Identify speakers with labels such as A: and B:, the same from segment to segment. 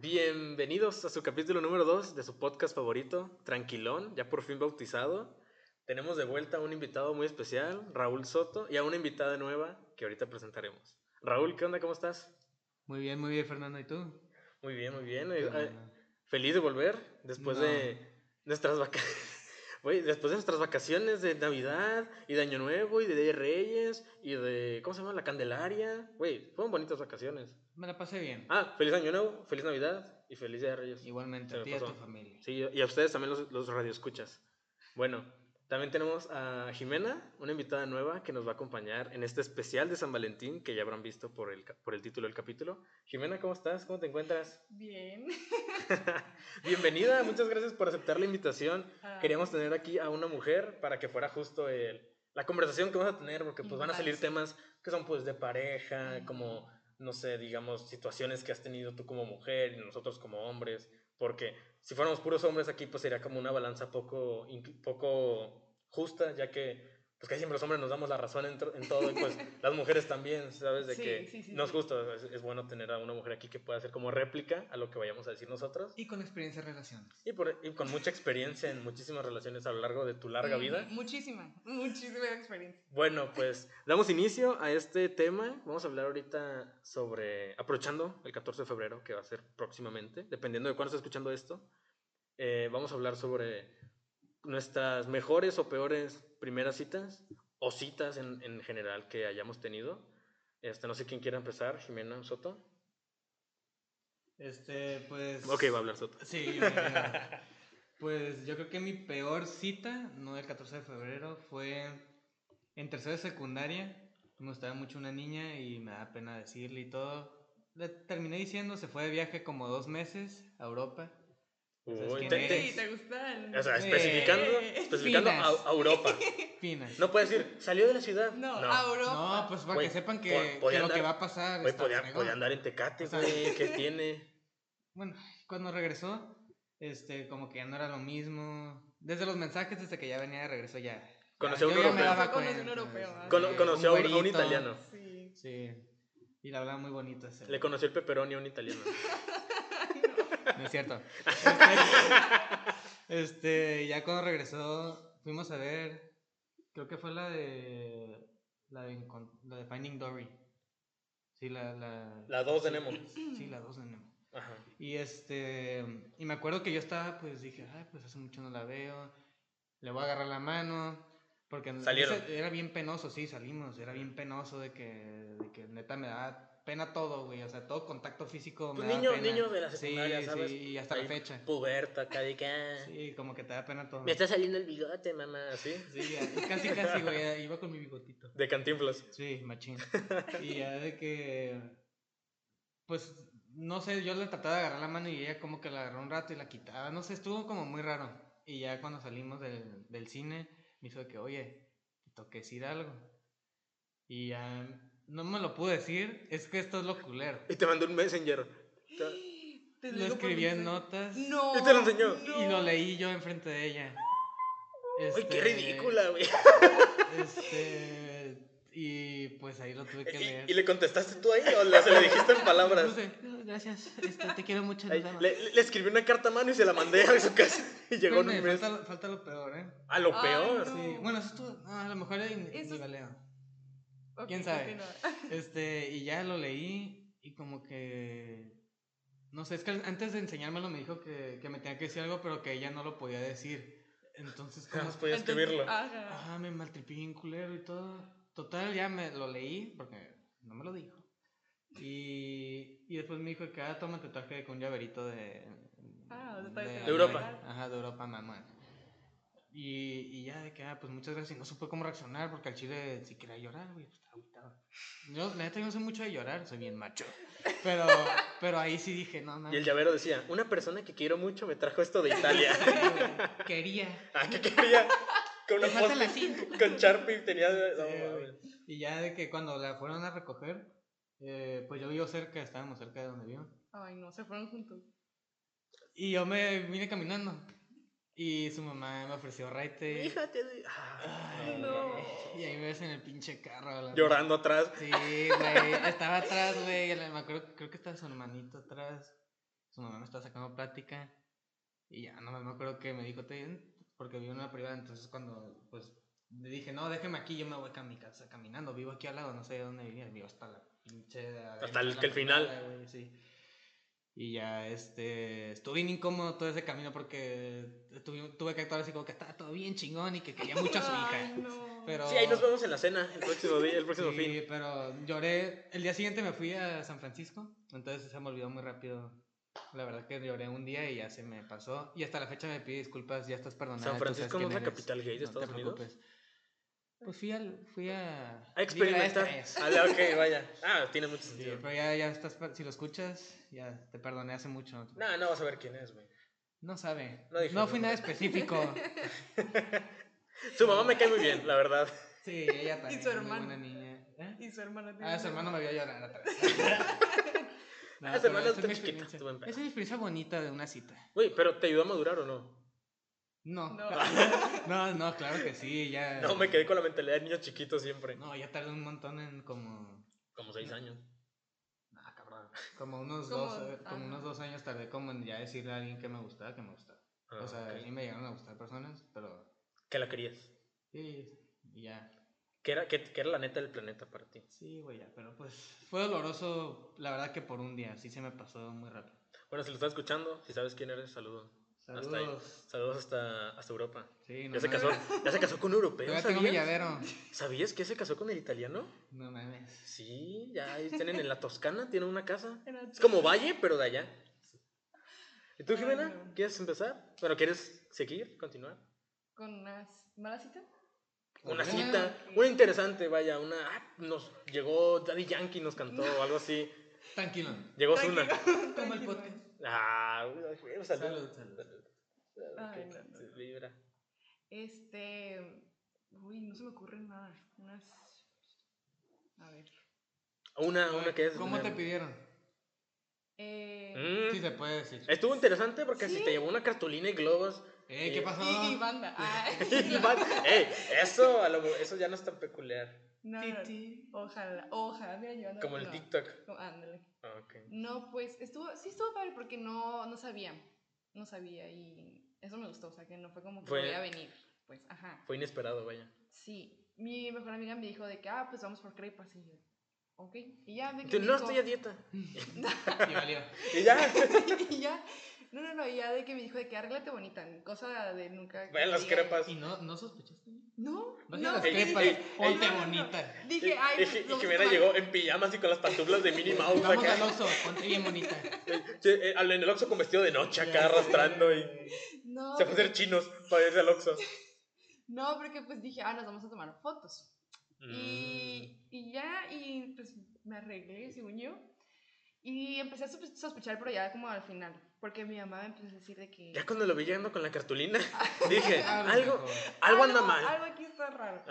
A: Bienvenidos a su capítulo número 2 de su podcast favorito, Tranquilón, ya por fin bautizado. Tenemos de vuelta a un invitado muy especial, Raúl Soto, y a una invitada nueva que ahorita presentaremos. Raúl, ¿qué onda? ¿Cómo estás?
B: Muy bien, muy bien, Fernando. ¿Y tú?
A: Muy bien, muy bien. Eh,
B: Fernando.
A: eh, Feliz de volver después
B: No.
A: de nuestras vacaciones. después de nuestras vacaciones de Navidad y de Año Nuevo y de Día de Reyes y de, ¿cómo se llama? La Candelaria. Güey, fueron bonitas vacaciones.
B: Me la pasé bien.
A: Ah, feliz Año Nuevo, feliz Navidad y feliz Día de Reyes.
B: Igualmente,
A: se
B: a
A: me
B: ti y a tu
A: pasó.
B: familia.
A: Sí, y a ustedes también los, los radioescuchas. Bueno, también tenemos a Jimena, una invitada nueva que nos va a acompañar en este especial de San Valentín que ya habrán visto por el, ca- por el título del capítulo. Jimena, ¿cómo estás? ¿Cómo te encuentras?
C: Bien.
A: Bienvenida, muchas gracias por aceptar la invitación.
C: Ah.
A: Queríamos tener aquí a una mujer para que fuera justo el- la conversación que vamos a tener, porque pues van a
C: Mm, Vale,
A: salir
C: sí. Mm.
A: temas que son pues de pareja,
C: Ujú.
A: como, no sé, digamos, situaciones que has tenido tú como mujer y nosotros como hombres, porque si fuéramos puros hombres aquí pues sería como una balanza poco, inc- poco justa, ya que... Pues casi siempre los hombres nos damos la razón en, tro- en todo y pues las mujeres también, ¿sabes? De
C: Sí,
A: que
C: sí, sí,
A: no es
C: sí.
A: justo, es- es bueno tener a una mujer aquí que pueda hacer como réplica a lo que vayamos a decir nosotros.
B: Y con experiencia en relaciones.
A: Y, por- y con mucha experiencia en muchísimas relaciones a lo largo de tu larga
C: Mm,
A: vida.
C: Muchísima, muchísima experiencia.
A: Bueno, pues damos inicio a este tema. Vamos a hablar ahorita sobre, aprovechando el 14 de febrero, que va a ser próximamente, dependiendo de cuándo estés escuchando esto, eh, vamos a hablar sobre nuestras mejores o peores primeras citas o citas en, en general que hayamos tenido. Este, no sé quién quiera empezar, Jimena Soto.
B: Este, pues.
A: Ok, va a hablar Soto.
B: Sí, yo me quedo. Pues yo creo que mi peor cita, no el 14 de febrero, fue en tercero de secundaria. Me gustaba mucho una niña y me da pena decirle y todo. Le terminé diciendo, se fue de viaje como dos meses a Europa. ¿Sabes
A: Uy,
B: quién
A: te- te-
B: eres?
C: Sí, te gustan.
A: o sea, especificando,
C: Eh,
A: especificando a-
B: finas.
A: a Europa.
B: Finas.
A: No puede decir, salió de la ciudad.
C: No, a Europa.
B: No, pues para
A: Güey,
B: que sepan que,
A: po-
B: que
A: podía
B: lo
A: andar-
B: que va a pasar.
A: Güey,
B: está
A: podía,
B: fregón.
A: podía andar en Tecate,
B: O sea-
A: güey, ¿qué tiene?
B: Bueno, cuando regresó, este, como que ya no era lo mismo. Desde los mensajes, desde que ya venía de regreso, ya.
A: Conoció a
B: ya-
A: un
B: yo ya me
A: europeo.
B: daba
C: Conoció a un
B: cuenta,
C: europeo,
B: sí,
C: ah,
A: Cono-
C: sí.
A: conoció a un, a un
B: güerito.
A: italiano.
C: Sí.
B: Sí. Y le hablaba muy bonito ese.
A: Le conoció el peperoni a un italiano.
B: No es cierto. Este, este, ya cuando regresó, fuimos a ver. Creo que fue la de. La de, Encon- la de Finding Dory. Sí, la. La,
A: La dos de Nemo.
B: Sí, la 2 de Nemo.
A: Ajá.
B: Y este, y me acuerdo que yo estaba, pues dije, ay, pues hace mucho no la veo, le voy a agarrar la mano, porque en-
A: Salieron.
B: ese- era bien penoso, sí, salimos, era bien penoso de que, de que neta me daba pena todo, güey, o sea, todo contacto físico me
A: Pues
B: daba
A: niño,
B: pena.
A: niño de la secundaria,
B: sí,
A: ¿sabes?
B: Sí, y hasta
A: Ahí,
B: la fecha.
A: Puberta, acá de que, ah,
B: Sí, como que te da pena todo.
A: Me está saliendo el bigote, mamá, ¿sí?
B: Sí, ya, casi, casi, güey, iba con mi bigotito.
A: De cantinflas.
B: Sí, machín. Y ya de que. Pues no sé, yo le trataba de agarrar la mano y ella como que la agarró un rato y la quitaba. No sé, estuvo como muy raro. Y ya cuando salimos del, del cine, me hizo de que, oye, te toqué decir algo. Y ya no me lo pude decir, es que esto es lo culero.
A: Y te mandó un messenger.
C: Te
B: Lo
C: digo por
B: escribí en
C: mensaje.
B: notas
C: No.
A: Y te lo enseñó.
B: y lo leí yo enfrente de ella.
A: Uy, qué
B: Este,
A: ridícula, güey.
B: Este. Y pues ahí lo tuve que leer.
A: ¿Y, y le contestaste tú ahí o le- se lo dijiste en palabras?
B: Puse, "No, gracias, este, te quiero mucho. nos
A: Ahí,
B: vemos".
A: le, le escribí una carta a mano y se la mandé a su casa. Y llegó en
B: Espérame,
A: un mes.
B: falta, falta lo peor, ¿eh?
A: A lo
C: Ay,
A: peor.
C: no.
B: Sí, bueno, eso estuvo, no, a lo mejor era ni-
C: Eso
B: ni
C: es-
B: valeo.
C: Ok,
B: ¿Quién sabe?
C: continúa.
B: Este, y ya lo leí y como que... No sé, es que antes de enseñármelo me dijo que, que me tenía que decir algo, pero que ella no lo podía decir. Entonces, como...
A: Jamás podía escribirlo.
C: Ajá.
B: Ajá, me maltripé bien culero y todo. Total, ya me lo leí porque no me lo dijo. Y, y después me dijo que ah, toma te traje con un llaverito de.
C: Ah, de- de-
A: De Europa.
B: Ajá, de Europa, mamá. Y, y ya de que, ah, pues muchas gracias. Y no supe cómo reaccionar porque al chile si quería llorar, güey, pues estaba agüitado. Yo, la neta, yo no soy mucho de llorar, soy bien macho. Pero, pero ahí sí dije, no, no.
A: Y el llavero decía, una persona que quiero mucho me trajo esto de Italia.
B: Quería.
A: ¿A qué Ah, quería? Con una
B: Me falta
A: post
B: la cinta.
A: con Sharpie tenía... no,
B: Sí, güey.
A: mames.
B: Y ya de que cuando la fueron a recoger, eh, pues yo vivo cerca, estábamos cerca de donde vivo.
C: Ay, no, se fueron juntos.
B: Y yo me vine caminando. Y su mamá me ofreció raite.
A: Hija, te doy- Ah,
B: Ay,
C: No.
B: güey. Y ahí me ves en el pinche carro. la-
A: Llorando atrás.
B: Sí, güey. Estaba atrás, güey. la- Me acuerdo, creo que estaba su hermanito atrás. Su mamá me está sacando plática. Y ya, no me acuerdo que me dijo, "Te- porque vivo en una privada. Entonces, cuando pues le dije, no, déjeme aquí, yo me voy a mi casa caminando. Vivo aquí al lado, no sé de dónde vivía. Vivo hasta la pinche.
A: Hasta el-
B: la
A: que el final.
B: privada, güey, sí. Y ya, este, estuve bien incómodo todo ese camino porque tuve, tuve que actuar así como que estaba todo bien chingón y que quería mucho a su
C: Ay,
B: hija.
C: no.
B: Pero,
A: Sí, ahí nos vemos en la cena el próximo día, el próximo
B: Sí,
A: fin.
B: pero lloré. El día siguiente me fui a San Francisco, entonces se me olvidó muy rápido. La verdad que lloré un día y ya se me pasó. Y hasta la fecha me pide disculpas, ya estás perdonada.
A: San
B: tú sabes
A: Francisco no
B: quién
A: es la
B: eres,
A: capital gay de
B: no te
A: Estados Unidos.
B: preocupes. Pues fui, al, fui a...
A: A experimentar.
B: libre de estrés.
A: Ah, ok, vaya. Ah, tiene mucho
B: Sí,
A: sentido.
B: pero ya, ya estás, per- si lo escuchas, ya te perdoné hace mucho. No, te preocupes.
A: No, no vas a ver quién es, güey.
B: No sabe.
A: No dijo
B: No
A: el
B: fui
A: nombre.
B: nada específico.
A: Su mamá me cae muy bien, la verdad.
B: Sí, ella también.
C: su
B: es muy
C: hermano.
B: buena niña. ¿Eh?
C: Y su hermana tiene.
B: Ah,
C: un
B: su hermano me
C: hermano.
B: vio llorar atrás.
A: Ah, su hermano está
B: esa es mi
A: chiquito,
B: experiencia.
A: estuvo en pedo.
B: Esa es mi experiencia bonita de una cita.
A: Güey, pero ¿te ayudó a madurar o no?
B: No,
C: No.
B: no, no, claro que sí, ya.
A: No, me quedé con la mentalidad de niño chiquito siempre.
B: No, ya tardé un montón en como.
A: Como seis años.
B: Ah, cabrón. Como unos,
C: Como-
B: dos, eh, como
C: ajá.
B: unos dos años tardé como en ya decirle a alguien que me gustaba, que me gustaba.
A: Ah,
B: o sea,
A: ok.
B: sí me llegaron a gustar personas, pero.
A: ¿Qué la querías?
B: Sí, y ya.
A: ¿Qué era, qué, qué era la neta del planeta para ti?
B: Sí, güey, ya, pero pues. Fue doloroso, la verdad que por un día, sí se me pasó muy rápido.
A: Bueno, si lo estás escuchando, si sabes quién eres, saludos. Hasta ahí.
B: Saludos.
A: Saludos hasta, hasta Europa.
B: Sí, no.
A: Ya se
B: mames.
A: casó, ya se casó con un europeo.
B: Todavía tengo mi
A: ¿Sabías?
B: llavero.
A: ¿Sabías que se casó con el italiano?
B: No mames.
A: Sí, ya ahí tienen en la Toscana, tienen una casa.
C: Era
A: Es como Valle, pero de allá. ¿Y tú,
C: Ay,
A: Jimena?
C: no.
A: ¿Quieres empezar? Bueno, ¿quieres seguir? ¿Continuar?
C: Con una mala cita.
A: Una
B: Ok.
A: cita, una interesante, vaya, una... ah, nos llegó Daddy Yankee, nos cantó o algo así.
B: Tranquilo.
A: Llegó Zuna.
B: Como el
C: Tranquilo.
B: podcast.
A: Ah, güey, güey,
C: pues.
A: salud.
B: Salud, salud.
A: Ah,
C: Ay,
A: ok,
C: no, no.
A: se vibra.
C: Este. Uy, no se me ocurre nada. Unas. A ver.
A: Una,
B: A ver,
A: una que es...
B: ¿Cómo te pidieron?
C: Eh.
A: Mm,
B: Sí, se puede decir.
A: Estuvo interesante porque si
C: Sí.
A: te llevó una cartulina y globos...
B: Eh, ¿Qué
A: Eh,
B: pasó?
C: Y, y banda. Ah,
A: y vas- ¡Ey! Eso, a lo- eso ya no es tan peculiar.
C: no, no, no. Ojalá, ojalá, mira, yo ando-
A: Como el
C: no.
A: TikTok.
C: Como- Ándale.
A: Ah, ok.
C: No, pues estuvo, sí estuvo padre porque no, no sabía, no sabía y eso me gustó, o sea que no fue como que
A: Fue-
C: voy a venir, pues, ajá,
A: Fue inesperado, vaya.
C: sí. Mi mejor amiga me dijo de que, ah, pues vamos por crepas y yo, ok, y ya de que
A: Tú,
C: me
A: no,
C: dijo-
A: estoy a dieta.
B: Y valió.
A: Y ya.
C: y ya, no, no, no, y ya de que me dijo de que arréglate bonita, cosa de nunca. que
A: Ve
C: te
A: las
C: diga-
A: crepas.
B: ¿Y no, no sospechaste? Vas
C: No,
B: a
C: no,
B: las
A: Ey,
C: dije-
B: crepas,
A: ey,
B: ponte
C: no, no, no.
B: bonita.
C: Dije, ay,
A: Y-
C: pues,
A: y- y
C: vamos a
A: Jimena
C: tomar-
A: llegó en pijamas y con las pantuflas de Minnie Mouse
B: Vamos
A: acá.
B: al oso, ponte bien bonita.
A: Sí, eh, al- en el Oxxo con vestido de noche acá arrastrando y
C: No,
A: se fue a hacer chinos para irse al Oxxo.
C: no, porque pues dije, ah, nos vamos a tomar fotos.
A: Mm.
C: Y, y ya, y pues me arreglé, según yo. Y empecé a sospe- sospechar, pero ya como al final. Porque mi mamá me empezó a decir de que.
A: Ya cuando lo vi llegando con la cartulina, dije,
B: Algo
A: algo,
B: mejor.
A: algo anda mal.
C: Ah,
A: Ah.
C: Algo aquí está raro.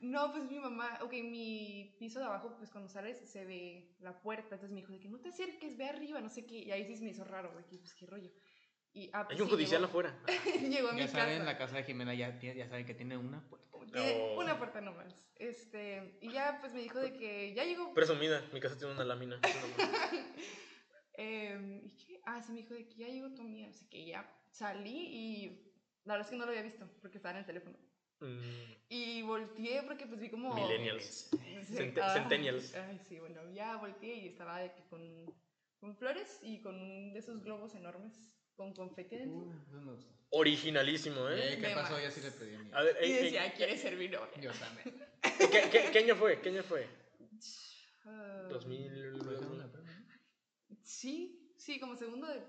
C: No, pues mi mamá, ok, mi piso de abajo, pues cuando sales se ve la puerta. Entonces me dijo de que no te acerques, ve arriba, no sé qué. Y ahí sí se me hizo raro, de que pues qué rollo. Y, ah, pues,
A: Hay un
C: sí,
A: judicial
C: llegó,
A: afuera.
C: llegó a mi
B: Ya saben,
C: casa.
B: la casa de Jimena ya, tiene- ya saben que tiene una puerta.
C: Tiene
A: No.
C: Una puerta nomás. Este, y ya, pues me dijo de que ya llegó.
A: Presumida, mi casa tiene una lámina.
C: Em, ¿Y qué? Ah, sí, me dijo de que ya llegó tu amiga, así que ya salí y la verdad es que no lo había visto porque estaba en el teléfono.
A: Mm,
C: Y volteé porque pues vi como...
A: Millennials.
C: Sí,
A: Cente-
C: ah,
A: centennials.
C: Ay, sí, bueno, ya volteé y estaba de que con, con flores y con un de esos globos enormes con confeti adentro.
B: Uh, eso me gustó.
A: Originalísimo, ¿eh?
B: Eh, ¿Qué
C: de
B: pasó?
C: más.
B: Yo sí le pedí a mí.
A: A ver,
C: y
A: ey, ey,
C: decía, ¿quieres ser mi novia?
B: Yo también.
A: ¿qué, qué, qué año fue? ¿Qué año fue?
C: Ah,
A: 2000,
C: Sí, sí, como segundo de...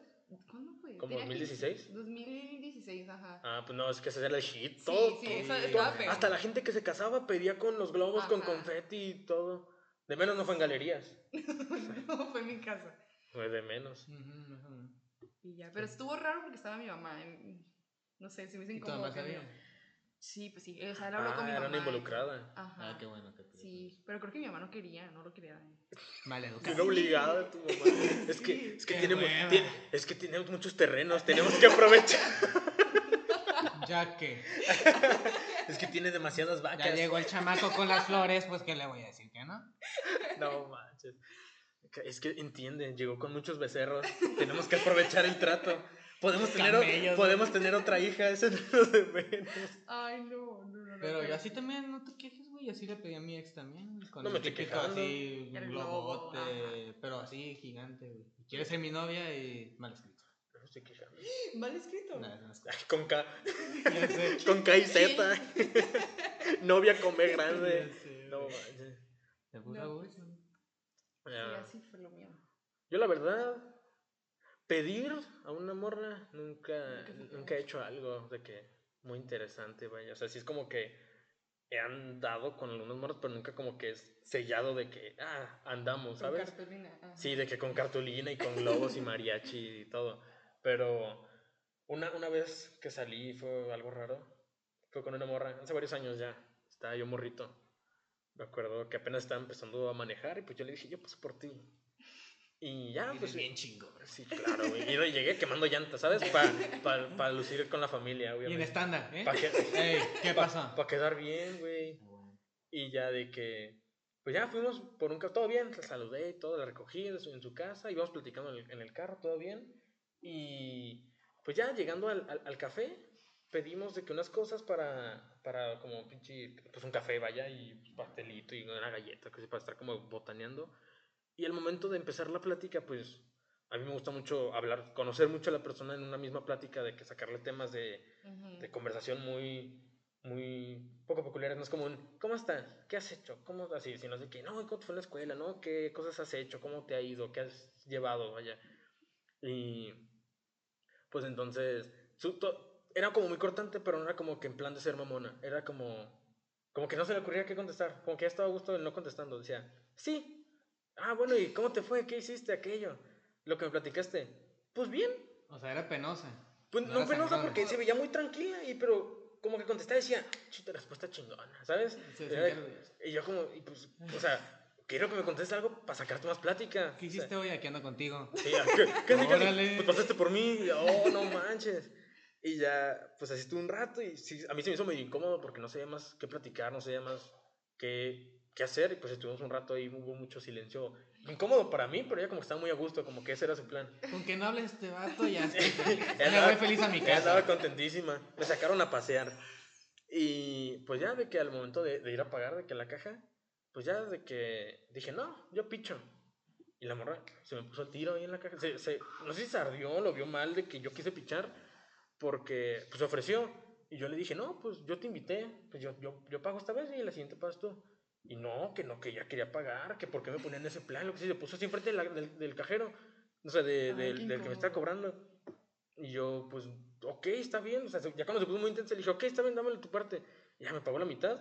C: ¿Cuándo fue?
A: ¿Como
C: Tenía
A: 2016?
C: 15, 2016, ajá.
A: Ah, pues no, es que ese era el hit.
C: Sí,
A: Todo,
C: sí,
A: todo-
C: eso
A: todo-
C: estaba pegando.
A: Hasta la gente que se casaba pedía con los globos, con
C: Ajá.
A: confeti y todo. De menos no fue en galerías.
C: no, fue en mi casa.
A: Pues de menos.
B: Ujú, eso no.
C: Y ya, pero estuvo raro porque estaba mi mamá. em, No sé, se me dicen
B: ¿Y tu
C: como.
B: mamá sabía?
C: Sí, pues sí. O sea, él habló con
A: Ah,
C: mi
A: era
C: mamá.
A: una involucrada.
C: Ajá.
B: Ah, qué bueno que
C: Sí, pero creo que mi mamá no quería, no lo quería.
B: Mal
A: Bien
B: educado.
A: obligada tu mamá. Es que, es que
B: Qué
A: tiene, mu-
B: hueva.
A: tiene- es que tiene muchos terrenos, tenemos que aprovechar.
B: Ya que
A: Es que tiene demasiadas
C: Ah,
A: vacas.
B: ya llegó el chamaco con las flores, pues ¿qué le voy a decir que no?
A: No manches. Es que entienden, llegó con muchos becerros. Tenemos que aprovechar el trato. Podemos tener, o-
B: Camellos,
A: podemos tener otra hija, eso es lo de menos.
C: Ay, no, no, no. no,
B: Pero
C: no.
B: yo así también, no te quejes, güey. Así le pedí a mi ex también. güey, Con
A: No
B: el
A: me estoy
B: típico
A: quejando.
B: así,
C: El
B: un
C: globo,
B: globote, pero así gigante, güey. Y Quiere ser mi novia y mal escrito.
A: No estoy quejando.
C: Mal escrito.
B: Nada, no es
A: Ay, Con K,
B: Ya sé.
A: con K y Z. Novia come grande.
B: Ya sé,
A: No,
B: güey.
A: manches.
B: De pura
C: No,
B: voz,
C: pues,
B: güey.
C: Sí,
A: Ah,
C: así fue lo mío.
A: Yo la verdad, pedir a una morra nunca,
C: Nunca se
A: nunca
C: puede.
A: he hecho algo de que muy interesante, vaya. O sea, sí es como que he andado con algunos morros, pero nunca como que es sellado de que, ah, andamos,
C: Con
A: ¿sabes?
C: cartulina. ajá.
A: Sí, de que con cartulina y con globos y mariachi y todo. Pero una, una vez que salí fue algo raro. Fue con una morra, hace varios años ya. Estaba yo morrito. Me acuerdo que apenas estaba empezando a manejar y pues yo le dije, yo paso por ti. Y ya,
B: Eres
A: pues...
B: bien chingón.
A: Sí, claro, güey. Y no llegué quemando llantas, ¿sabes? Para lucir con la familia,
B: Y en
A: obviamente.
B: estándar, ¿eh?
A: Pa' que-
B: Ey, ¿qué
A: pa-
B: pasó?
A: pa' quedar bien, güey. Y ya de que, pues ya fuimos por un carro, todo bien, la saludé y todo, la recogí en su, en su casa, íbamos platicando en el, en el carro, todo bien. Y pues ya llegando al, al- al café, pedimos de que unas cosas para, para como pinche, pues un café vaya y pastelito y una galleta, que sí, para estar como botaneando. Y al momento de empezar la plática, pues a mí me gusta mucho hablar, conocer mucho a la persona en una misma plática, de que sacarle temas de,
C: Ujú.
A: de conversación muy, muy poco peculiares. No es como un, ¿cómo estás? ¿Qué has hecho? ¿Cómo así? Sino de que, no, ¿cómo te fue en la escuela? ¿No? ¿Qué cosas has hecho? ¿Cómo te ha ido? ¿Qué has llevado? Vaya. Y pues entonces, su- to- era como muy cortante, pero no era como que en plan de ser mamona. Era como, como que no se le ocurría qué contestar. Como que ya estaba a gusto de no contestando. Decía, sí. Ah, bueno, ¿y cómo te fue? ¿Qué hiciste? Aquello. Lo que me platicaste. Pues bien.
B: O sea, era penosa.
A: Pues
B: No
A: no,
B: era
A: penosa
B: sangrona.
A: porque se veía muy tranquila, y, pero como que contestaba y decía, chita, respuesta chingona, ¿sabes?
B: Se
A: Era-
B: sentía orgullosa.
A: y yo como, y pues, o sea, quiero que me contestes algo para sacarte más plática.
B: ¿Qué
A: o sea,
B: hiciste hoy? Aquí ando contigo.
A: Sí, ah, que- que sí, que sí,
B: Órale.
A: Pues pasaste por mí, y, oh, no manches. Y ya, pues así estuve un rato y sí, a mí se me hizo medio incómodo porque no sabía más qué platicar, no sabía más qué, qué hacer. Y pues estuvimos un rato ahí, hubo mucho silencio. Incómodo para mí, pero ella como que estaba muy a gusto, como que ese era su plan.
B: Con que no hables este vato, ya estoy feliz.
A: Ya
B: Me
A: andaba-
B: voy feliz a mi
A: Ya andaba
B: casa.
A: contentísima. Me sacaron a pasear. Y pues ya de que al momento de, de ir a pagar, de que la caja, pues ya de que dije, no, yo picho. Y la morra se me puso el tiro ahí en la caja. Se- se- no sé si se ardió, lo vio mal de que yo quise pichar, porque pues se ofreció. Y yo le dije, no, pues yo te invité, pues yo, yo, yo pago esta vez y la siguiente pagas tú. Y no, que no, que ya quería pagar, que por qué me ponían ese plan, lo que sí, se puso así enfrente de la- del, del cajero, o sea, de-
C: Ay,
A: del,
C: qué
A: del que me estaba
C: incómodo.
A: cobrando. Y yo, pues, ok, está bien, o sea, se- ya cuando se puso muy intensa, le dije, ok, está bien, dámelo tu parte. Y ya me pagó la mitad.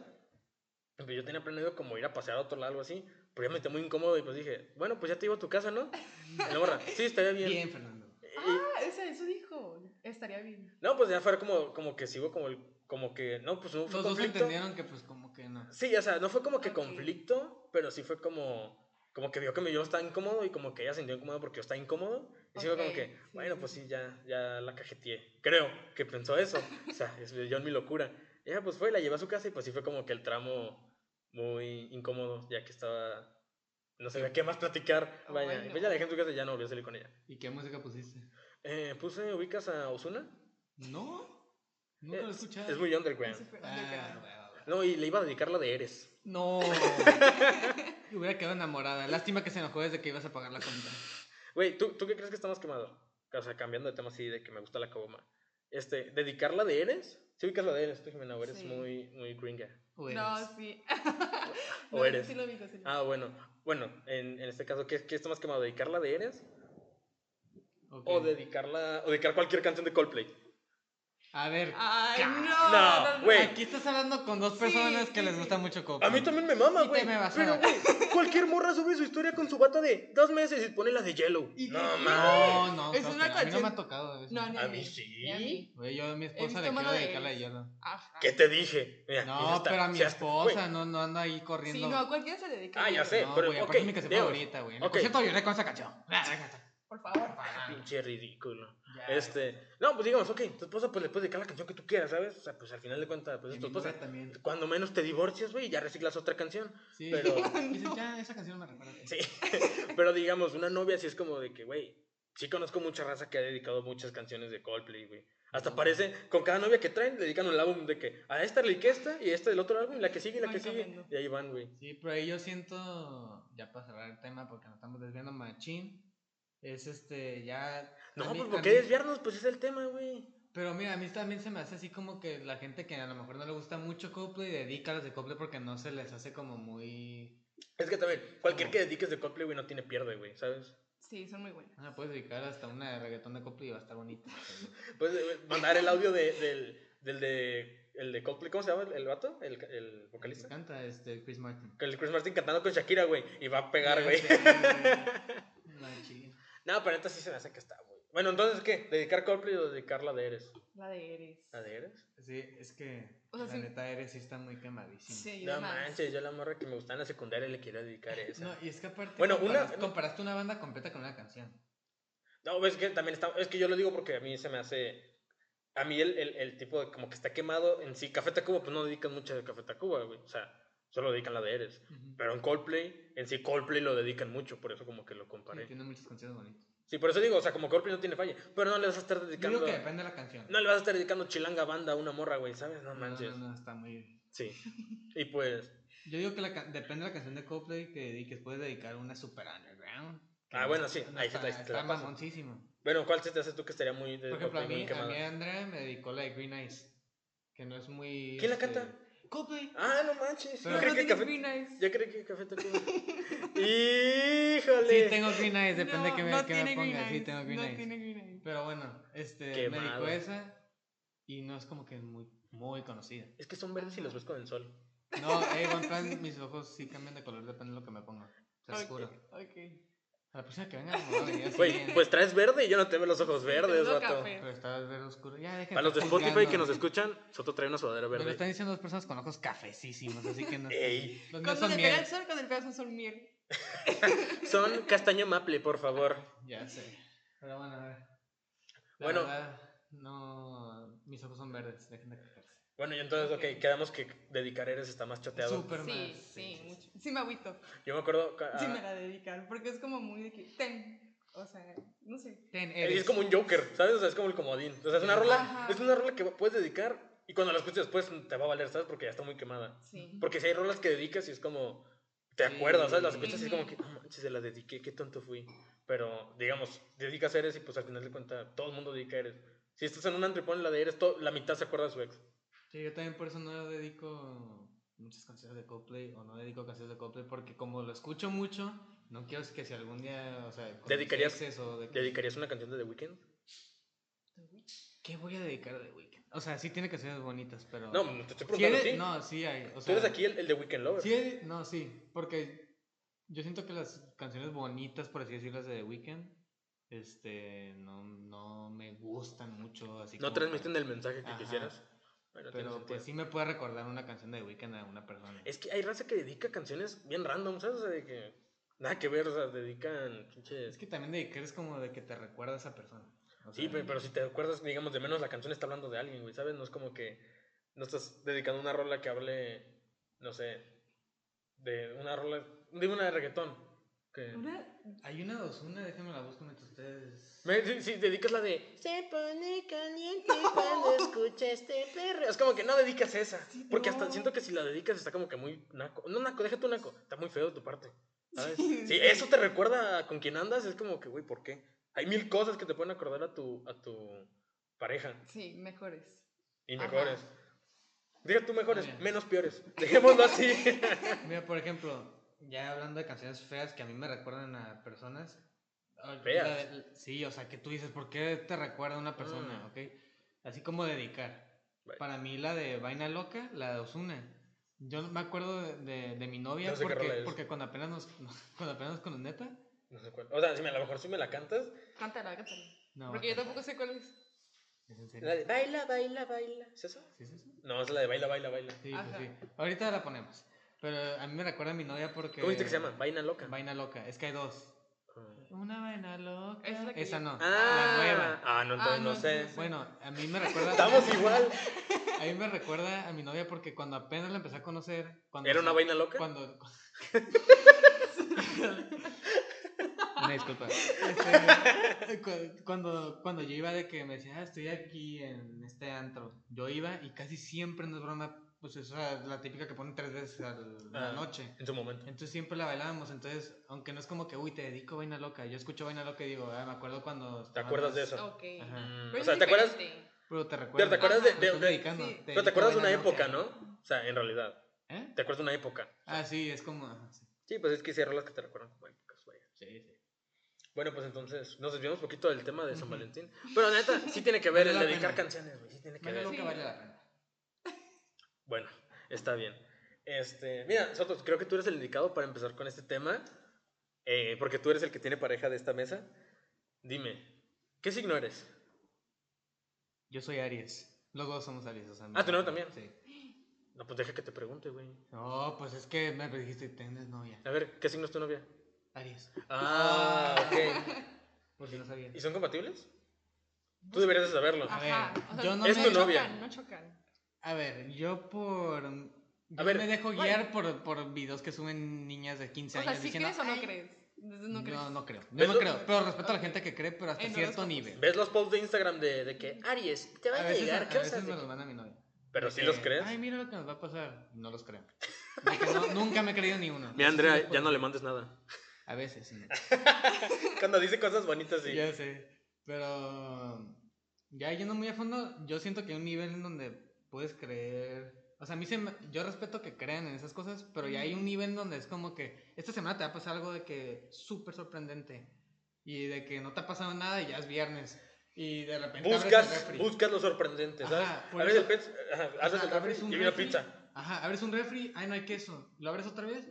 A: Pero yo tenía planeado como ir a pasear a otro lado, algo así, pero ya me metí muy incómodo y pues dije, bueno, pues ya te iba a tu casa, ¿no? Y la morra, sí, estaría bien.
B: Bien, Fernando.
A: Y-
C: Ah, esa, eso dijo. Estaría bien.
A: no, pues ya fuera como, como que sigo como el, como que, no, pues no fue
B: Los dos
A: conflicto.
B: entendieron que pues como que no.
A: Sí, o sea, no fue como que
C: Ok.
A: conflicto, pero sí fue como, como que vio que mi- yo estaba incómodo y como que ella se sintió incómodo porque yo estaba incómodo. Y sí fue como
C: Ok,
A: que,
C: sí,
A: bueno,
C: sí,
A: pues
C: sí.
A: sí, ya, ya la cajeteé. Creo que pensó eso. O sea, es, yo en mi locura. Y ella pues fue, la llevé a su casa y pues sí fue como que el tramo muy incómodo, ya que estaba, no sabía qué más platicar.
C: Ay,
A: Vaya, y pues ya
C: no.
A: la dejé en su casa y ya no volví a salir con ella.
B: ¿Y qué música pusiste?
A: Eh, puse, ubicas a Osuna.
B: No. Nunca lo he escuchado.
A: Eh, Es muy underground.
C: Así fue,
B: Ah,
C: underground.
B: huevo, huevo.
A: No, y le iba a dedicar la de Eres.
B: No. Yo Hubiera quedado enamorada. Lástima que se enojó desde que ibas a pagar la cuenta.
A: Güey, ¿tú, ¿tú qué crees que está más quemado? O sea, cambiando de tema así de que me gusta la caboma. Este, ¿dedicarla de Eres? Sí, ubicas la de Eres, tú, Jimena, o eres
C: Sí.
A: muy, muy gringa.
B: O eres.
C: No, sí.
A: O
C: No,
A: eres.
C: Sí lo digo, sí lo
A: Ah, bueno. Bueno, en, en este caso, ¿qué, ¿qué está más quemado? ¿Dedicarla de Eres?
B: Ok.
A: O dedicarla. O dedicar cualquier canción de Coldplay.
B: A ver.
C: Ay, no.
A: No, Ah, güey.
B: Aquí estás hablando con dos
C: Sí,
B: personas que
C: sí,
B: les
C: sí.
B: gusta mucho Coco.
A: A mí también me mama,
B: Y te
A: güey.
B: me vas a-
A: Pero, güey, cualquier morra sube su historia con su bata de dos meses y pone la de Yellow.
C: ¿Y
A: No,
C: qué
A: mames.
B: No, no.
C: Es
B: Coco,
C: una
B: A mí no
C: canción-
B: me ha tocado. eso.
C: No, ni
A: A mí
C: mí,
A: sí.
C: ni a mí.
B: Güey, yo a mi
C: He visto
B: esposa le quiero
C: mano de
B: dedicar la
C: eres.
B: hielo.
C: Ajá.
A: ¿Qué te dije? Mira, y ya
B: No,
A: está.
B: pero a mi
A: Si hasta- güey.
B: esposa no, no anda ahí corriendo.
C: Sí, no, a cualquiera se le dedica.
A: Ah, ya
C: dinero.
A: sé.
B: No,
A: pero,
B: güey, aparte
A: ok,
B: es mi canción
A: Diego,
B: favorita, güey. En el
A: ok.
B: concierto lloré con esa canción. Ah,
C: Por favor.
A: Pinche ridículo.
B: Ya,
A: Este, no, pues digamos, ok, tu esposa pues le puedes dedicar la canción que tú quieras, ¿sabes? O sea, pues al final de cuentas, pues
B: y
A: es tu
B: mi
A: esposa.
B: novia también.
A: Cuando menos te divorcias, güey, ya reciclas otra canción.
B: Sí,
A: pero-
B: dices, ya, esa canción me recuerda. a ti".
A: Sí. Pero digamos, una novia sí es como de que, güey, sí conozco mucha raza que ha dedicado muchas canciones de Coldplay, güey. Hasta parece, con cada novia que traen, le dedican un álbum de que a esta le que esta y esta del otro álbum, y la que sigue y la
C: Van
A: que sigue.
C: cambiando.
A: Y ahí van, güey.
B: Sí, pero ahí yo siento, ya para cerrar el tema, porque nos estamos desviando machín, es este, ya...
A: No,
B: a mí-
A: pues
B: a
A: ¿por qué
B: mí-
A: desviarnos? Pues es el tema, güey.
B: Pero mira, a mí también se me hace así como que la gente que a lo mejor no le gusta mucho Coldplay, dedica a las de Coldplay porque no se les hace como muy...
A: Es que también, cualquier que dediques de Coldplay, güey, no tiene pierde, güey, ¿sabes?
C: Sí, son muy buenas.
B: Ah, puedes dedicar hasta una de reggaetón de Coldplay y va a estar bonita.
A: Puedes eh, mandar el audio de- del, del de, el de Coldplay, ¿cómo se llama el, el vato? El, el
B: Me
A: vocalista.
B: encanta este Chris Martin.
A: El Chris Martin cantando con Shakira, güey, y va a pegar, güey.
B: Machín.
A: No, pero neta sí se me hace que está, güey. Bueno, entonces, ¿qué? ¿Dedicar Coldplay o dedicar la de Eres?
C: La de Eres.
A: ¿La de Eres?
B: Sí, es que
C: O sea,
B: la
C: sí-
B: neta eres sí está muy quemadísima.
C: Sí,
A: no
C: más.
A: manches, yo a la morra que me gustaba en la secundaria le quería dedicar esa.
B: No, y es que aparte
A: Bueno, una-
B: comparas- comparaste una banda completa con una canción.
A: No, pues, es que también está. Es que yo lo digo porque a mí se me hace. A mí el, el, el tipo de como que está quemado en sí. Café Tacuba, pues no dedican mucho de Café Tacuba, güey. O sea, solo dedican la de Eres.
B: Ujú.
A: Pero en Coldplay, en sí Coldplay lo dedican mucho, por eso como que lo
B: Sí,
A: comparé. Sí,
B: tiene muchas canciones bonitas.
A: por eso digo, o sea, como Coldplay no tiene falla. Pero no le vas a estar
B: Yo
A: dedicando.
B: digo que depende de la canción.
A: No le vas a estar dedicando chilanga banda a una morra, güey, ¿sabes? No
B: no,
A: manches.
B: no, está muy.
A: Sí. Y pues.
B: Yo digo que la ca- depende de la canción de Coldplay que dediques. Puedes dedicar una super underground. que
A: Ah,
B: no
A: bueno,
B: está-
A: sí,
B: no
A: ahí sí
B: está,
A: te- ahí sí te la
B: está
A: paso.
B: mamoncísimo.
A: Bueno, ¿cuál se te hace tú que estaría muy de
B: Por ejemplo, a
A: muy
B: mí, a
A: quemada?
B: mí Andrea me dedicó la de Green Eyes. Que no es muy.
A: ¿Quién la
B: este,
A: canta?
B: Coldplay.
A: Ah, no manches.
B: Pero-
A: yo
C: Pero
A: creí
C: no
A: que este
C: tienes
A: café.
C: Green Eyes.
A: Yo creí que café Tacuba. Híjole.
B: Sí, tengo Green Eyes, depende de que me,
C: no
B: que me
C: tiene Green
B: ponga. Sí,
C: Eyes,
B: tengo Green
C: no
B: Eyes.
C: tiene Green Eyes.
B: Pero bueno, este, me
A: Quemado.
B: dedicó esa. Y no es como que muy, muy conocida.
A: Es que son verdes y los ves con el sol.
B: No, eh, en plan, mis ojos sí cambian de color, depende de lo que me ponga. Te lo
C: Ok,
B: juro.
C: ok.
B: A la persona que venga, me voy a venir así.
A: Güey, pues traes verde y yo no te veo los ojos verdes,
C: Tengo
A: vato.
C: café.
B: Pero está verde oscuro. Ya, dejen
A: Para los de
B: estar
A: Spotify que
B: juzgando.
A: nos escuchan, Soto trae una sudadera
B: Me lo
A: verde.
B: están diciendo dos personas con ojos cafecísimos, así que no.
A: Ey,
B: Los míos
C: Cuando
B: son
C: le pega
B: miel.
C: el sol, cuando le pega el sol, miel.
A: son castaño maple, por favor.
B: Ya sé. Pero bueno, a ver. La
A: Bueno.
B: verdad, no. Mis ojos son verdes, dejen de quejarse.
A: Bueno, y entonces, ok,
C: Ok.
A: quedamos que dedicar eres está más choteado.
B: Súper
C: Sí,
B: más,
C: sí, mucho. Sí me agüito.
A: Yo me acuerdo. ca-
C: Sí
A: ah,
C: me la dedicaron. Porque es como muy de que ten. O sea, no sé.
B: Ten,
A: es como un Joker, ¿sabes? O sea, es como el comodín. O sea, es una
B: Ajá.
A: rola, es una rola que puedes dedicar y cuando la escuches después te va a valer, ¿sabes? Porque ya está muy quemada.
C: Sí.
A: Porque si hay rolas que dedicas y es como. Te
B: Sí.
A: acuerdas, ¿sabes? Las escuchas y es
C: Ujú.
A: como que. No manches, se la dediqué, qué tonto fui. Pero, digamos, dedicas Eres y pues al final de cuentas todo el mundo dedica Eres. Si estás en un antro y pones la de Eres, to- la mitad se acuerda de su ex.
B: Sí, yo también por eso no dedico muchas canciones de Coldplay o no dedico canciones de Coldplay porque como lo escucho mucho, no quiero que si algún día, o sea, con
A: ¿Dedicarías-
B: mis exes o de que-
A: ¿Dedicarías una canción de The Weeknd?
B: ¿Qué voy a dedicar de Weekend? O sea, sí tiene canciones bonitas, pero
A: No, te estoy
B: si
A: preguntando a
B: eres-
A: ti.
B: no, sí hay, o
A: Tú
B: sea,
A: eres aquí el, el de Weekend Lover.
B: sí hay- no, sí, porque yo siento que las canciones bonitas, por así decirlas de The Weeknd, este no, no me gustan mucho, así
A: no
B: como para-
A: transmiten el mensaje que
B: Ajá.
A: quisieras. Bueno, tiene
B: pero
A: sentido.
B: pues sí me puede recordar una canción de The Weeknd a una persona.
A: Es que hay raza que dedica canciones bien random, ¿sabes? O sea, de que nada que ver, o sea, dedican pinches.
B: Es que también dedicar es como de que te recuerda a esa persona. O
A: Sí,
B: sea,
A: pero, pero si te acuerdas, digamos, de menos la canción está hablando de alguien, güey, ¿sabes? No es como que no estás dedicando una rola que hable, no sé, de una rola, dime una de reggaetón. Que...
C: Una.
B: Hay una dos, una, déjenme la busco mientras ustedes.
A: Me- si, si dedicas la de Se pone caliente cuando escucha este perro. Es como que no dedicas esa.
C: Sí,
A: porque hasta
C: no.
A: siento que si la dedicas está como que muy naco. No, naco, déjate un naco. Está muy feo de tu parte. ¿Sabes?
C: Sí,
A: Si
C: sí.
A: eso te recuerda a con quien andas, es como que, güey, ¿por qué? Hay mil cosas que te pueden acordar a tu, a tu pareja.
C: Sí, mejores.
A: Y
C: Ajá.
A: mejores. Diga tú mejores,
B: Muy bien.
A: menos peores. Dejémoslo así.
B: Mira, por ejemplo, ya hablando de canciones feas que a mí me recuerdan a personas. ah, la
A: Feas.
B: de- sí, o sea, que tú dices, ¿por qué te recuerda a una persona?
A: Ah.
B: ¿Ok? Así como dedicar.
A: Vale.
B: Para mí la de Vaina Loca, la de Osuna. Yo me acuerdo de, de- de mi novia
A: No sé qué rola
B: porque,
A: es.
B: porque cuando apenas nos cuando apenas nos con neta.
A: No sé cuál. O sea, si me- a lo mejor si me la cantas.
C: Cántala, cántala.
B: No.
C: Porque yo
B: espera,
C: tampoco sé cuál es.
B: ¿es en serio?
A: La de baila, baila, baila. ¿Es eso?
B: ¿Sí es eso?
A: No, es la de baila, baila, baila.
B: Sí, pues
C: Ajá.
B: sí. Ahorita la ponemos. Pero a mí me recuerda a mi novia porque.
A: ¿Cómo dice que se llama? Vaina loca.
B: Vaina loca. Es que hay dos.
A: Ah.
B: Una vaina loca.
C: Esa es la que
B: Esa
C: yo-
B: no.
A: Ah,
B: La nueva.
A: ah, no, entonces no,
C: Ah, no,
A: sé.
C: entonces-
B: Bueno, a mí me recuerda.
A: Estamos igual.
B: A mí me recuerda a mi novia porque cuando apenas la empecé a conocer. Cuando
A: ¿Era una
B: se-
A: vaina loca?
B: Cuando. Una disculpa. Este, cu- cuando, cuando yo iba de que me decía, "Ah, estoy aquí en este antro, yo iba y casi siempre nos broma, pues esa es la típica que ponen tres veces a la
A: Ah.
B: noche.
A: En su momento.
B: Entonces siempre la bailábamos, entonces, aunque no es como que, uy, te dedico vaina loca, yo escucho vaina loca y digo, ah, me acuerdo cuando...
A: ¿Te
B: estaba
A: acuerdas
B: más-
A: de eso?
C: Ok.
B: Ajá.
A: Mm,
C: Pero
A: o
C: Pues es
A: sea, ¿te acuerdas?
C: diferente.
B: Pero te
A: Pero
B: recuerdas.
A: te acuerdas de,
C: Ajá.
B: me
A: de-
B: estás
A: de-
B: dedicando,
C: sí.
A: pero te acuerdas de una
B: dedico vaina
A: época,
B: loca.
A: ¿no? O sea, en realidad.
B: ¿Eh?
A: ¿Te acuerdas de una época?
B: Ah, sí, es como... ajá, sí.
A: Sí, pues es que hicieron las que te recuerdan como épocas, güey.
B: Sí, sí.
A: Bueno, pues entonces nos desviamos un poquito del tema de San
B: Ujú.
A: Valentín. Pero la neta, sí tiene que ver
B: Vale
A: el
B: la
A: dedicar
B: pena.
A: canciones, güey. Sí tiene que
B: Vaina
A: ver.
B: loca
C: Sí.
B: vale la pena.
A: Bueno, está bien. Este, mira, Sotos, creo que tú eres el indicado para empezar con este tema, eh, porque tú eres el que tiene pareja de esta mesa. Dime, ¿qué signo eres?
B: Yo soy Aries. Los dos somos Aries, o sea.
A: Ah, ¿tu novia también?
B: Sí.
A: No, pues deja que te pregunte, güey.
B: No, pues es que me dijiste, tienes novia.
A: A ver, ¿qué signo es tu novia?
B: Aries.
A: Ah, ok.
B: Por si no sabía.
A: ¿Y son compatibles? Tú deberías de saberlo.
B: A
C: Ajá.
B: ver,
C: O sea,
B: yo no
C: no
A: Es tu
B: me...
A: no- novia.
C: chocan, no chocan.
B: A ver, yo por... Yo
A: ver,
B: me dejo
C: bueno.
B: guiar por, por videos que suben niñas de 15
C: O sea,
B: años
C: ¿sí
B: diciendo...
C: crees o no
B: "Ay,
C: crees? Entonces no crees.
B: No, no creo. Yo
A: ¿Ves
B: no
A: lo-
B: creo. Pero respeto a la
C: Ok.
B: gente que cree, pero hasta
C: Eh, no los
B: cierto
C: conozco.
B: nivel.
A: ¿Ves los posts de Instagram de, de que Aries te va
B: A
A: a
B: veces,
A: llegar?
B: a
A: ¿Qué vas a
B: veces me
A: hacer?
B: los manda mi novia.
A: Pero
B: De
A: si
B: que,
A: los crees.
B: Ay, mira lo que nos va a pasar. No los creo. De que no- nunca me he creído ni
A: Mira,
B: uno. Eso sí les
A: Andrea,
B: puedo
A: ya no le
B: decir.
A: mandes nada.
B: A veces, sí.
A: Cuando dice cosas bonitas, sí.
B: Ya sé. Pero um, ya yendo muy a fondo, yo siento que hay un nivel en donde puedes creer. O sea, a mí se me- yo respeto que crean en esas cosas, pero ya hay un nivel donde es como que esta semana te va a pasar algo de que súper sorprendente y de que no te ha pasado nada y ya es viernes y de repente abres el
A: Buscas,
B: refri.
A: buscas lo sorprendente,
B: Ajá,
A: ¿sabes?
B: por
A: abres el
B: eso-
A: pez, ajá, abres
B: Ajá,
A: el refri
B: abres un
A: y hay una
B: refri,
A: pizza.
B: Ajá, abres un refri, ay no hay queso. Lo abres otra vez.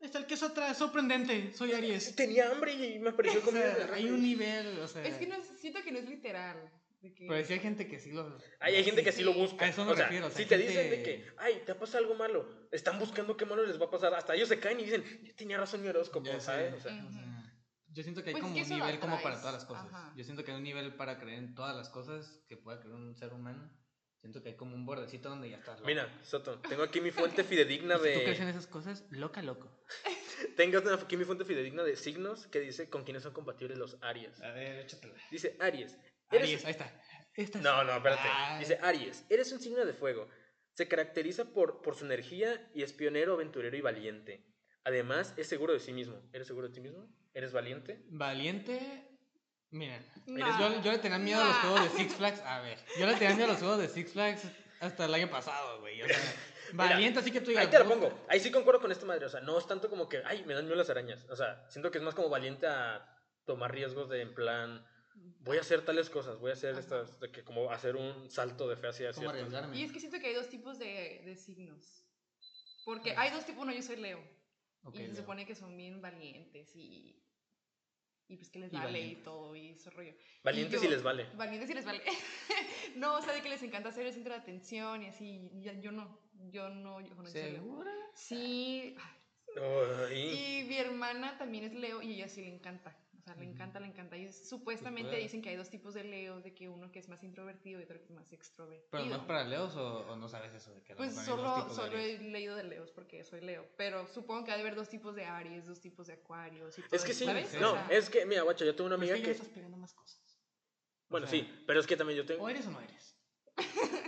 B: Está el queso atrás, sorprendente, soy Aries.
A: Tenía hambre y me
B: O
A: apareció comida. en el
B: sea, hay
A: refri.
B: un nivel, o sea,
C: Es que no, es- siento que no es literal. de que-
B: pero Eh. Pues sí hay gente que sí lo
A: Ay, hay gente que sí lo
C: Sí,
A: busca.
B: a eso me
A: o sea,
B: refiero, o sea,
A: si
B: hay
A: te dicen de
B: gente-
A: que, ay, te pasa algo malo, están buscando qué malo les va a pasar. Hasta ellos se caen y dicen, yo tenía razón mi horóscopo,
B: Ya sé.
A: ¿sabes? O sea,
C: Ujú.
B: O sea, yo siento que hay
C: Pues es
B: como
C: que
B: un
C: eso lo
B: nivel como para
C: atraes,
B: todas las cosas.
C: ajá.
B: Yo siento que hay un nivel para creer en todas las cosas que pueda creer un ser humano. Siento que hay como un bordecito donde ya estás loco.
A: Mira, Soto, tengo aquí mi fuente
B: Y
A: fidedigna
B: si tú crees en
A: de.
B: esas cosas, loca, loco.
A: Tengo aquí mi fuente fidedigna de signos que dice con quiénes son compatibles los Aries.
B: A ver, échatela.
A: Dice Aries. eres-
B: Ah. Aries, ahí Ah. está. Esta es-
A: No, no, espérate.
B: Ay.
A: Dice Aries, eres un signo de fuego. Se caracteriza por, por su energía y es pionero, aventurero y valiente. Además, es seguro de sí mismo. ¿Eres seguro de ti mismo? ¿Eres valiente?
B: Valiente. Mira,
C: No.
A: Eres-
B: yo, yo le tenía miedo a los
C: Nah.
B: juegos de Six Flags. A ver, yo le tenía miedo a los juegos de Six Flags hasta el año pasado, güey. O sea, valiente, así que tú digas.
A: Ahí te la
B: "Puta".
A: pongo. Ahí sí concuerdo con esta madre. O sea, no es tanto como que, ay, me dan miedo las arañas. O sea, siento que es más como valiente a tomar riesgos de en plan, voy a hacer tales cosas, voy a hacer
C: Ajá.
A: estas, de que como hacer un salto de fe hacia
B: Como
A: ciertas-
B: arriesgarme.
C: Y es que siento que hay dos tipos de, de signos. Porque hay dos tipos. Uno, yo soy Leo.
B: Ok,
C: y se
B: Leo.
C: supone que son bien valientes y. Y pues que les
B: Y
C: vale
B: valientes.
C: y todo y ese rollo.
A: Valientes
C: Y
A: y
C: yo-
A: les vale.
C: Valientes y les vale. no, o sea, de que les encanta ser el centro de atención y así. y ya- yo no. Yo no. Yo no soy Leo.
B: ¿Segura?
C: Sí.
A: Ay.
C: Y mi hermana también es Leo y a ella sí le encanta. O sea, le
B: Ujú.
C: encanta, le encanta. Y supuestamente
B: Pues,
C: dicen que hay dos tipos de Leos, de que uno que es más introvertido y otro que es más extrovertido.
B: ¿Pero más para Leos o, o no sabes eso? De que a lo
C: Pues
B: mejor hay dos
C: solo,
B: tipos de
C: solo
B: Aries?
C: he leído de Leos porque soy Leo, pero supongo que ha de haber dos tipos de Aries, dos tipos de Acuarios y todo
A: Es que
C: eso,
A: sí,
C: ¿sabes? O
A: no,
C: sea,
A: es que, mira, guacho, yo tengo una
B: Pero es
A: amiga
B: que ya le
A: que...
B: estás pegando más cosas. O
A: Bueno,
B: sea,
A: sí, pero es que también yo tengo...
B: ¿O eres o no eres?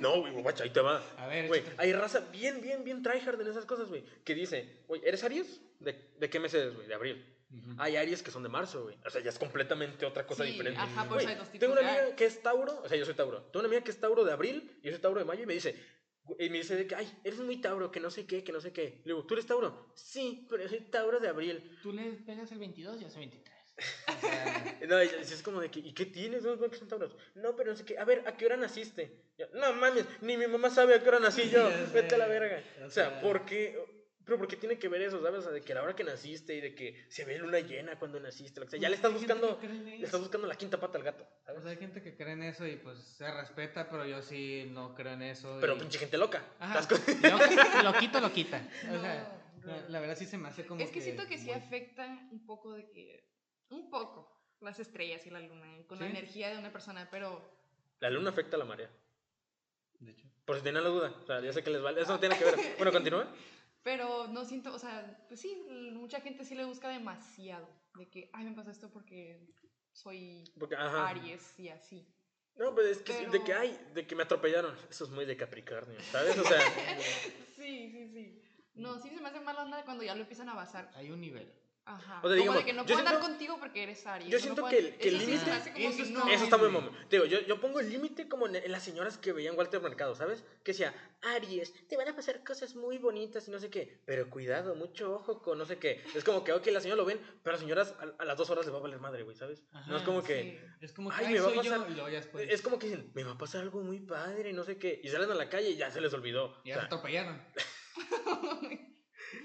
A: No, güey, guacha, ahí te va.
B: A ver,
A: Güey,
B: échatela.
A: hay raza bien, bien, bien tryhard en esas cosas, güey. Que dice, güey, ¿eres Aries? ¿De, de qué mes eres, güey? De abril.
B: Ujú.
A: Hay Aries que son de marzo, güey. O sea, ya es completamente otra cosa
C: Sí,
A: diferente.
C: Ajá, por
A: Güey,
C: eso hay dos tipos
A: tengo una
C: de
A: amiga
C: Aries.
A: que es Tauro, o sea, yo soy Tauro. Tengo una amiga que es Tauro de abril y yo soy Tauro de mayo y me dice, güey, y me dice de que, ay, eres muy Tauro, que no sé qué, que no sé qué. Le digo, ¿tú eres Tauro? Sí, pero yo soy Tauro de abril.
B: Tú le pegas el 22 y hace 23. O sea,
A: No, y es es como de que, ¿y qué tienes? ¿Dónde son Tauros? No, pero no sé qué. A ver, ¿a qué hora naciste? Yo, no mames, ni mi mamá sabe a qué hora nací yo.
B: Ya sé.
A: Vete a la verga.
B: O
A: O sea,
B: sea-
A: ¿por qué? Pero ¿por qué tiene que ver eso, sabes? O sea, de que la hora que naciste y de que se ve luna llena cuando naciste. lo que sea. Ya le estás
B: pues, hay gente
A: buscando,
B: que cree en
A: le estás
B: eso.
A: buscando la quinta pata al gato,
B: O
A: ¿sabes?
B: sea, hay gente que cree en eso y pues se respeta, pero yo sí no creo en eso.
A: Pero
B: y-
A: pinche gente loca.
B: Ajá,
A: Estás con-
B: lo, lo quito, lo quita. O
C: No,
B: sea,
C: no,
B: la,
C: no.
B: la verdad sí se me hace como
C: es que siento que sí
B: muy-
C: afecta un poco de que un poco las estrellas y la luna y con la
B: ¿Sí?
C: energía de una persona, pero
A: La luna afecta a la marea.
B: De hecho.
A: Por si tenían la duda. O sea, ya sé que les vale. Eso no tiene que ver. Bueno, continúa.
C: pero no siento, o sea, pues sí, mucha gente sí le busca demasiado de que, ay, me pasó esto porque soy
A: Porque, ajá.
C: Aries y así.
A: No, pues es que sí, de
C: Pero-
A: que hay, de que me atropellaron. Eso es muy de Capricornio, ¿sabes? O sea,
C: Sí, sí, sí. No, sí se me hace mala onda cuando ya lo empiezan a basar.
B: Hay un nivel.
C: Ajá.
A: O sea,
C: Como
A: digamos,
C: de que no
A: yo
C: puedo andar
A: siento-
C: contigo porque eres Aries.
A: yo
C: o no
A: siento
C: puedo-
A: que el- que el
C: Eso sí se me
A: límite-
C: hace como
B: eso
C: que
B: está
C: no.
A: eso está muy
B: güey.
A: momo. Te Digo, yo, yo pongo el límite como en, en las señoras que veían Walter Mercado, ¿sabes? Que decía, Aries, te van a pasar cosas muy bonitas y no sé qué, pero cuidado, mucho ojo con no sé qué. Es como que, ok, las señoras lo ven, pero a las señoras a, a las dos horas les va a valer madre, güey, ¿sabes? no es
B: Ajá,
A: como que...
C: Sí.
B: Es como que,
A: Ay,
B: ay,
A: me va a
B: soy yo.
A: pasar-
B: Y luego ya después.
A: Es como que dicen, me va a pasar algo muy padre y no sé qué. Y salen a la calle y ya se les olvidó. O
B: Ya
A: sea,
B: se atropellaron.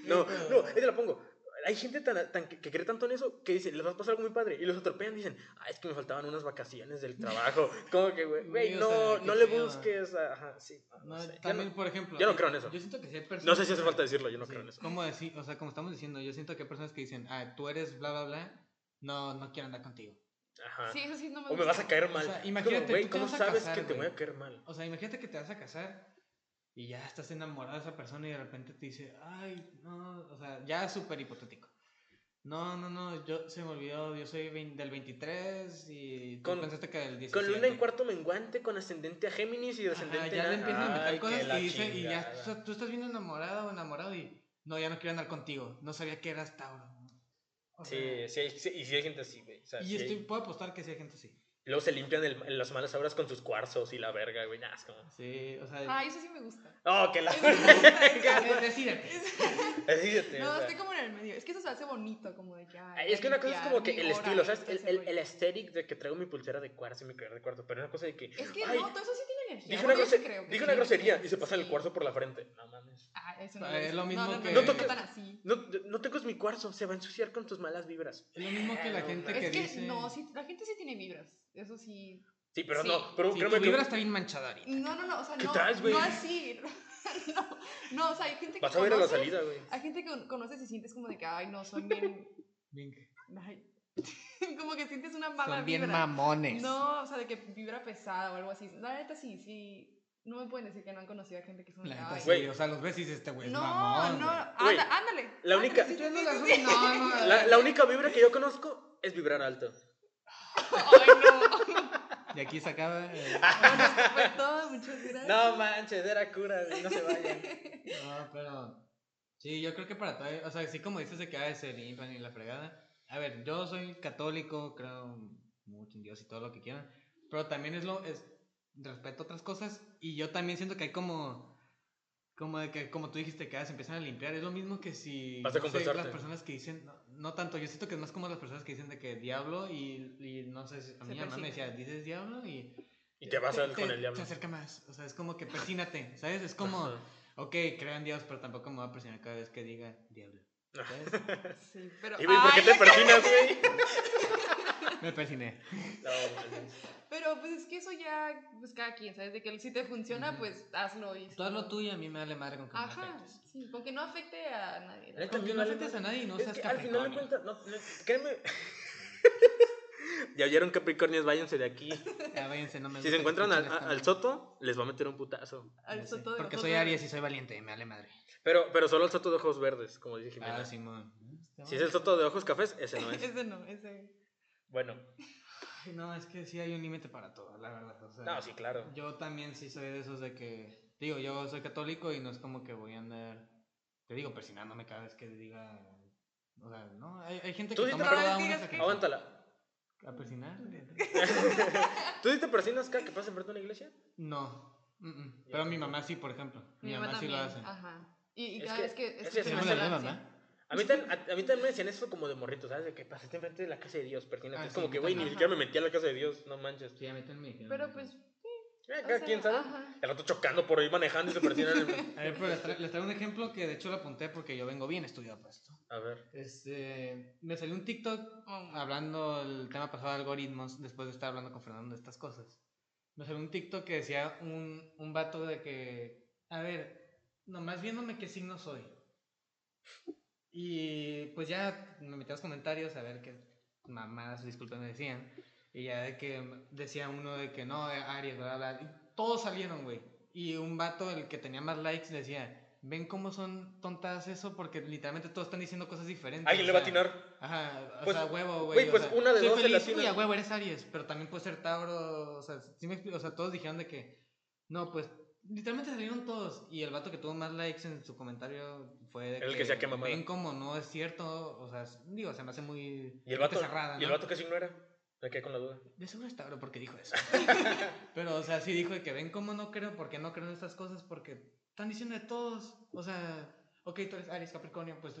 A: No, no, ahí te la pongo. Hay gente tan, tan que, que cree tanto en eso que dice, les va a pasar algo muy padre. Y los atropellan y dicen, ah, es que me faltaban unas vacaciones del trabajo. Como que, güey, güey,
B: Güey, o
A: no,
B: sea, qué
A: no le
B: pedo.
A: busques. a- Ajá, sí. No,
B: No,
A: sé. Yo
B: también,
A: no-
B: por ejemplo.
A: yo no
B: hay-
A: creo en eso.
B: Yo siento que sí hay personas.
A: no sé si hace falta decirlo, yo no
B: Sí,
A: creo en eso.
B: Como decir, o sea, como estamos diciendo, yo siento que hay personas que dicen, ah, tú eres bla, bla, bla, no, no quiero andar contigo.
A: Ajá.
C: Sí, eso sí no
A: ah.
C: me
A: o me
C: gusta.
A: vas a caer mal.
B: sea,
A: Es como,
B: imagínate,
A: güey,
B: tú te
A: ¿cómo
B: vas a
A: sabes
B: casar,
A: que te voy
B: güey.
A: a caer mal?
B: O sea, imagínate que te vas a casar y ya estás enamorada de esa persona y de repente te dice, ay, no, o sea, ya es súper hipotético. No, no, no, yo se me olvidó, yo soy vein- del 23 y tú
A: Con-
B: pensaste que del 17.
A: Con luna en cuarto menguante, con ascendente a Géminis y
B: Ajá,
A: descendente
B: ya
A: a...
B: le empiezan a meter
A: Ay, que
B: cosas
A: la
B: y, dice, y ya
A: chingada.
B: estás- tú estás bien enamorada o enamorado y no, ya no quiero andar contigo, no sabía que eras Tauro. O
A: Sí,
B: sea,
A: sí, hay- sí, y sí hay gente así, güey. o sea,
B: Y
A: sí hay-
B: estoy, puedo apostar que sí hay gente así.
A: Luego se limpian el- las malas obras con sus cuarzos y la verga, güey. Nah, es como...
B: Sí, o sea,
C: Ah, eso sí me gusta.
A: Oh, que la
C: Eso sí me gusta, eso sí me
B: eh,
C: gusta.
B: decídete.
A: Decídete, o
C: No,
A: sea.
C: estoy como en el medio. Es que eso se hace bonito, como de ya.
A: Ay, Es que una cosa es como que el estilo, ¿sabes? El, el, el
C: aesthetic.
A: aesthetic de que traigo mi pulsera de cuarzo y mi collar de cuarzo, pero una cosa de que.
C: Es que
A: ay,
C: no, todo eso sí tiene energía.
A: dije una,
C: Bueno, yo sí
A: grose-
C: creo que
A: dije
C: sí
A: una
C: tiene
A: grosería
C: energía,
A: y se pasa el
C: sí.
A: cuarzo por la frente. No mames.
C: Ah, eso no
B: Es
C: gusta.
B: lo mismo
C: no, no,
B: que-
C: No, no,
A: No
C: no,
A: toques-
C: tan así.
A: No, no toques mi cuarzo, se va a ensuciar con tus malas vibras.
B: Es lo mismo que la
A: No,
B: gente
A: mames.
B: que
C: Es que
B: dice-
C: no, sí, la gente sí tiene vibras. Eso sí.
A: Sí, pero
C: sí.
A: no, pero
B: Sí, tu
A: créeme que.
B: vibra está bien manchada ahorita.
C: No, no, no, o sea,
A: ¿Qué
C: no,
A: traes, güey?
C: no así. no, no, o sea, hay gente que
A: Vas a ver a la
C: conoces-
A: salida, güey.
C: Hay gente que con- conoces y sientes como de que, ay, no, son bien...
B: Bien-
C: ay, como que sientes una mala
B: Son bien
C: vibra.
B: mamones.
C: No, o sea, de que vibra pesada o algo así. La neta sí, sí. No me pueden decir que no han conocido a gente que son... de
B: La
C: que,
B: neta,
C: ay,
B: sí,
A: Güey.
B: o sea, los ves y dices, este güey es
C: No,
B: mamón.
C: no,
B: güey".
A: Güey,
C: anda, ándale.
A: la
C: ándale,
A: única-
C: sí, sí,
B: Yo no
C: sí,
B: la
C: sí,
B: sub-
C: sí.
B: no, no, la-
A: La, la única vibra que yo conozco es vibrar alto.
C: Ay, no.
B: Y aquí se acaba. eh,
C: Bueno, eso fue todo, muchas gracias.
A: No manches, era cura, güey, no se vayan.
B: no, Ah, pero. Sí, yo creo que para todo. O sea, así como dices de que ah, se limpian y la fregada. A ver, yo soy católico, creo mucho en Dios y todo lo que quieran. Pero también es lo. Es, respeto otras cosas. Y yo también siento que hay como. Como, de que, como tú dijiste, que ah, se empiezan a limpiar. Es lo mismo que si.
A: Vas a
B: no sé, las
A: confesarte.
B: personas que dicen. No, no tanto, yo siento que es más como las personas que dicen de que diablo. Y, y no sé, si- a
C: Se
B: mí mi mamá me
C: persigna.
B: decía, dices diablo y.
A: Y te vas a con el diablo.
B: Te acerca más. O sea, es como que persínate, ¿sabes? Es como,
A: Ajá.
B: ok, creo en Dios, pero tampoco me voy a presionar cada vez que diga diablo. ¿Sabes?
C: Sí, pero...
A: Y güey, ¿por qué
C: Ay,
A: te persinas, güey?
B: Me persiné.
A: No, manches.
C: Pero pues es que eso ya, pues cada quien, ¿sabes? De que si te funciona,
B: Ujú.
C: pues hazlo. Y,
B: Tú haz lo tuyo, a mí me vale madre con que me
C: Ajá,
B: afectes.
C: sí, con que no afecte a nadie.
A: Neta,
B: Con
A: que
B: que no
A: vale
B: afectes a nadie y no
A: Es
B: seas
A: que al final de
B: capricornio.
A: cuentas, no, no, créeme. ya oyeron Capricornios, váyanse de aquí.
B: Ya, váyanse, no me
A: Si se
B: gusta que
A: encuentran al,
B: escuchen esta
A: a- al
B: madre.
A: Soto, les va a meter un putazo.
C: Al
B: Ya sé,
C: soto de
B: Porque
C: ojos
B: soy
C: verdes.
B: Aries y soy valiente, me vale madre.
A: Pero, pero solo al Soto de ojos verdes, como dije Jimena.
B: Ah, Simón.
A: Si es el Soto de ojos cafés, ese no es.
C: Ese no, ese.
A: bueno,
B: Ay, No, es que sí hay un límite para todo, la verdad. o sea,
A: no, sí, claro.
B: Yo también sí soy de esos de que, digo, yo soy católico y no es como que voy a andar, te digo, persinándome cada vez que diga, o sea, no, hay, hay gente
A: Tú
B: que
A: sí te
B: toma
C: paras
B: cada
C: y
B: una
C: digas
B: saca-
C: que-
A: Aguántala.
B: a persinar.
A: ¿Tú sí te persinas cada que pasas enfrente de una iglesia?
B: No, mm, mm, pero mi mamá sí, por ejemplo, mi, mamá, sí lo hace.
C: también, Ah. Ajá. Y, y
A: Es
C: cada
A: que-
C: vez que.
A: es que se
C: escucho
B: ¿Tenemos
A: me
B: la
A: hace
B: misma
C: resonancia-
B: mamá?
A: A mí, tan- a, a mí también me decían eso como de morrito, ¿sabes? De que pasaste enfrente de la casa de Dios, persínate.
B: Ah,
A: es
B: sí,
A: como
B: a mí
A: que, güey, ni
C: también.
A: siquiera me metí a la casa de Dios, no manches.
B: Sí, a mí también me dijeron
C: Pero
B: eso.
C: pues.
A: Eh,
C: o
A: cada
C: sea,
A: quien sabe.
C: ajá.
A: El rato chocando por ahí manejando y se persinan. en-
B: A ver, pero les, tra- les traigo un ejemplo que de hecho lo apunté porque yo vengo bien estudiado para esto.
A: A ver.
B: Este, me salió un TikTok
C: Oh,
B: hablando el tema pasado de algoritmos, después de estar hablando con Fernando de estas cosas, me salió un TikTok que decía un, un vato de que, a ver, nomás viéndome qué signo soy. Y pues ya me metí a los comentarios a ver qué, mamadas, disculpen, me decían. Y ya de que decía uno de que no, de Aries, bla, bla. bla, Y todos salieron, güey. Y un vato, el que tenía más likes, decía, ven cómo son tontas eso, porque literalmente todos están diciendo cosas diferentes.
A: Alguien le
B: o
A: va a
B: sea,
A: atinar.
B: Ajá, o
A: Pues,
B: sea, huevo,
A: güey,
B: güey. o
A: pues
B: sea,
A: una de
B: soy
A: dos se le
B: feliz,
A: atina.
B: güey, a huevo, eres Aries, pero también puede ser Tauro, o sea, sí me explico, o sea, todos dijeron de que, no, pues, literalmente salieron todos, y el vato que tuvo más likes en su comentario fue de
A: El que decía, "Qué mamada".
B: ven como no es cierto, o sea, es- digo, se me hace muy
A: Y el vato,
B: cerrada,
A: ¿y el
B: ¿no?
A: vato qué signo era? Me quedé con la duda.
B: De seguro es Tauro porque dijo eso. pero, o sea, sí dijo de que ven cómo no creo, porque no creo en estas cosas, porque están diciendo de todos, o sea, ok, tú eres Aries, Capricornio, pues,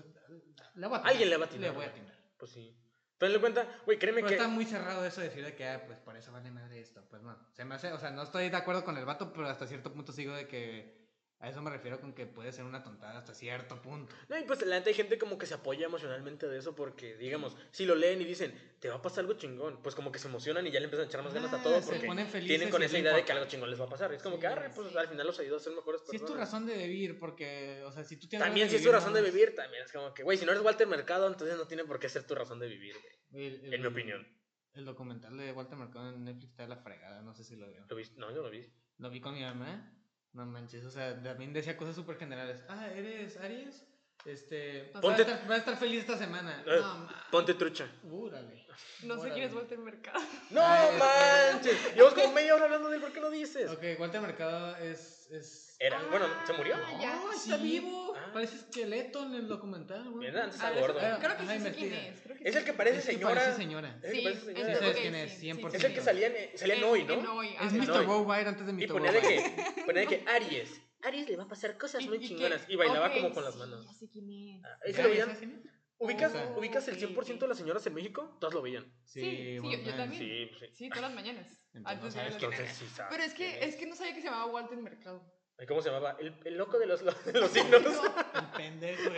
B: le voy a
A: Alguien le va a atinar,
B: Le voy a
A: ¿no?
B: atinar.
A: Pues sí. Pero le cuenta, güey, créeme
B: Pero
A: que.
B: está muy cerrado eso de decir de que, ah, pues por eso vale madre esto. Pues no, se me hace, o sea, no estoy de acuerdo con el vato, pero hasta cierto punto sigo de que a eso me refiero con que puede ser una tontada hasta cierto punto.
A: No, y pues la neta hay gente como que se apoya emocionalmente de eso porque, digamos, si lo leen y dicen, te va a pasar algo chingón, pues como que se emocionan y ya le empiezan a echar más ganas a
B: Ah,
A: todo
B: se
A: porque
B: ponen felices
A: tienen con
B: y
A: esa
B: no
A: idea de que
B: importa.
A: algo chingón les va a pasar. Es como
B: Sí,
A: que, arre, pues
C: sí.
A: al final los ayudó a ser mejores
B: Si es tu
A: personas.
B: razón de vivir, porque, o sea, si tú tienes.
A: También
B: ganas
A: si
B: de
A: es tu
B: vivir,
A: razón
B: no
A: de
B: es-
A: vivir, también es como que, güey, si no eres Walter Mercado, entonces no tiene por qué ser tu razón de vivir, güey,
B: el- el-
A: en mi opinión.
B: El documental de Walter Mercado en Netflix está de la fregada, no sé si lo vio.
A: ¿Lo viste? No, yo no lo vi.
B: Lo vi con mi mamá. No manches, o sea, también decía cosas súper generales. Ah, ¿eres Aries? Este. Vas,
A: Ponte-
B: a, estar, vas a estar feliz esta semana.
A: Eh,
B: No, ma-
A: Ponte trucha.
B: Úrale.
C: No sé quién es
B: Órale.
C: Walter Mercado.
A: ¡No
B: Ah, es que-
A: manches! Llevamos como media hora hablando de él, ¿por qué no dices?
B: Ok, Walter Mercado es. es...
A: Era, bueno, se murió. Oh,
C: Ah, ya,
B: No,
C: está vivo.
A: Ah.
B: Parece esqueleto en el documental, güey.
A: Mira, antes
C: Ah,
A: está gordo.
C: creo que
B: Ajá,
C: sí sé quién
B: investiga.
C: es. Creo que
A: Es
C: sí.
A: el que parece
B: Es que
A: señora.
B: Parece señora.
A: Es el que
C: Sí,
A: parece señora.
C: entonces,
B: ¿Sabes
C: ok,
B: quién es?
C: sí,
B: 100%.
A: Es el que salía en, eh, salía en
C: En-
A: hoy, ¿no?
C: en hoy,
B: Es
C: ajá.
A: mi-
B: Mr. Worldwide antes de
A: Y
B: Mr.
A: ponía de
B: Worldwide.
A: que, ponía de que Aries. Aries le va a pasar cosas muy chingonas. Y bailaba
C: ok,
A: como con las
C: sí,
A: manos.
C: Ya sé quién es.
A: Ah, ¿Ese
B: ¿Ya
A: lo
B: ves
A: veían?
B: a quién es?
A: ¿Ubicas,
B: Ah,
A: ubicas el
C: ok,
A: 100% de las señoras en México? Todas lo veían.
C: Sí, sí,
B: Worldwide.
C: yo- yo también.
A: Sí, sí.
C: Sí, todas las mañanas.
B: Entonces, no
C: Antes de ir a
B: sabes
C: la
B: quién
C: tienda.
A: Entonces sí sabes
C: Pero es que,
A: quién
C: es que no sabía que se llamaba Walter Mercado.
A: ¿Cómo se llamaba? El, el loco de los, los signos.
B: El pendejo.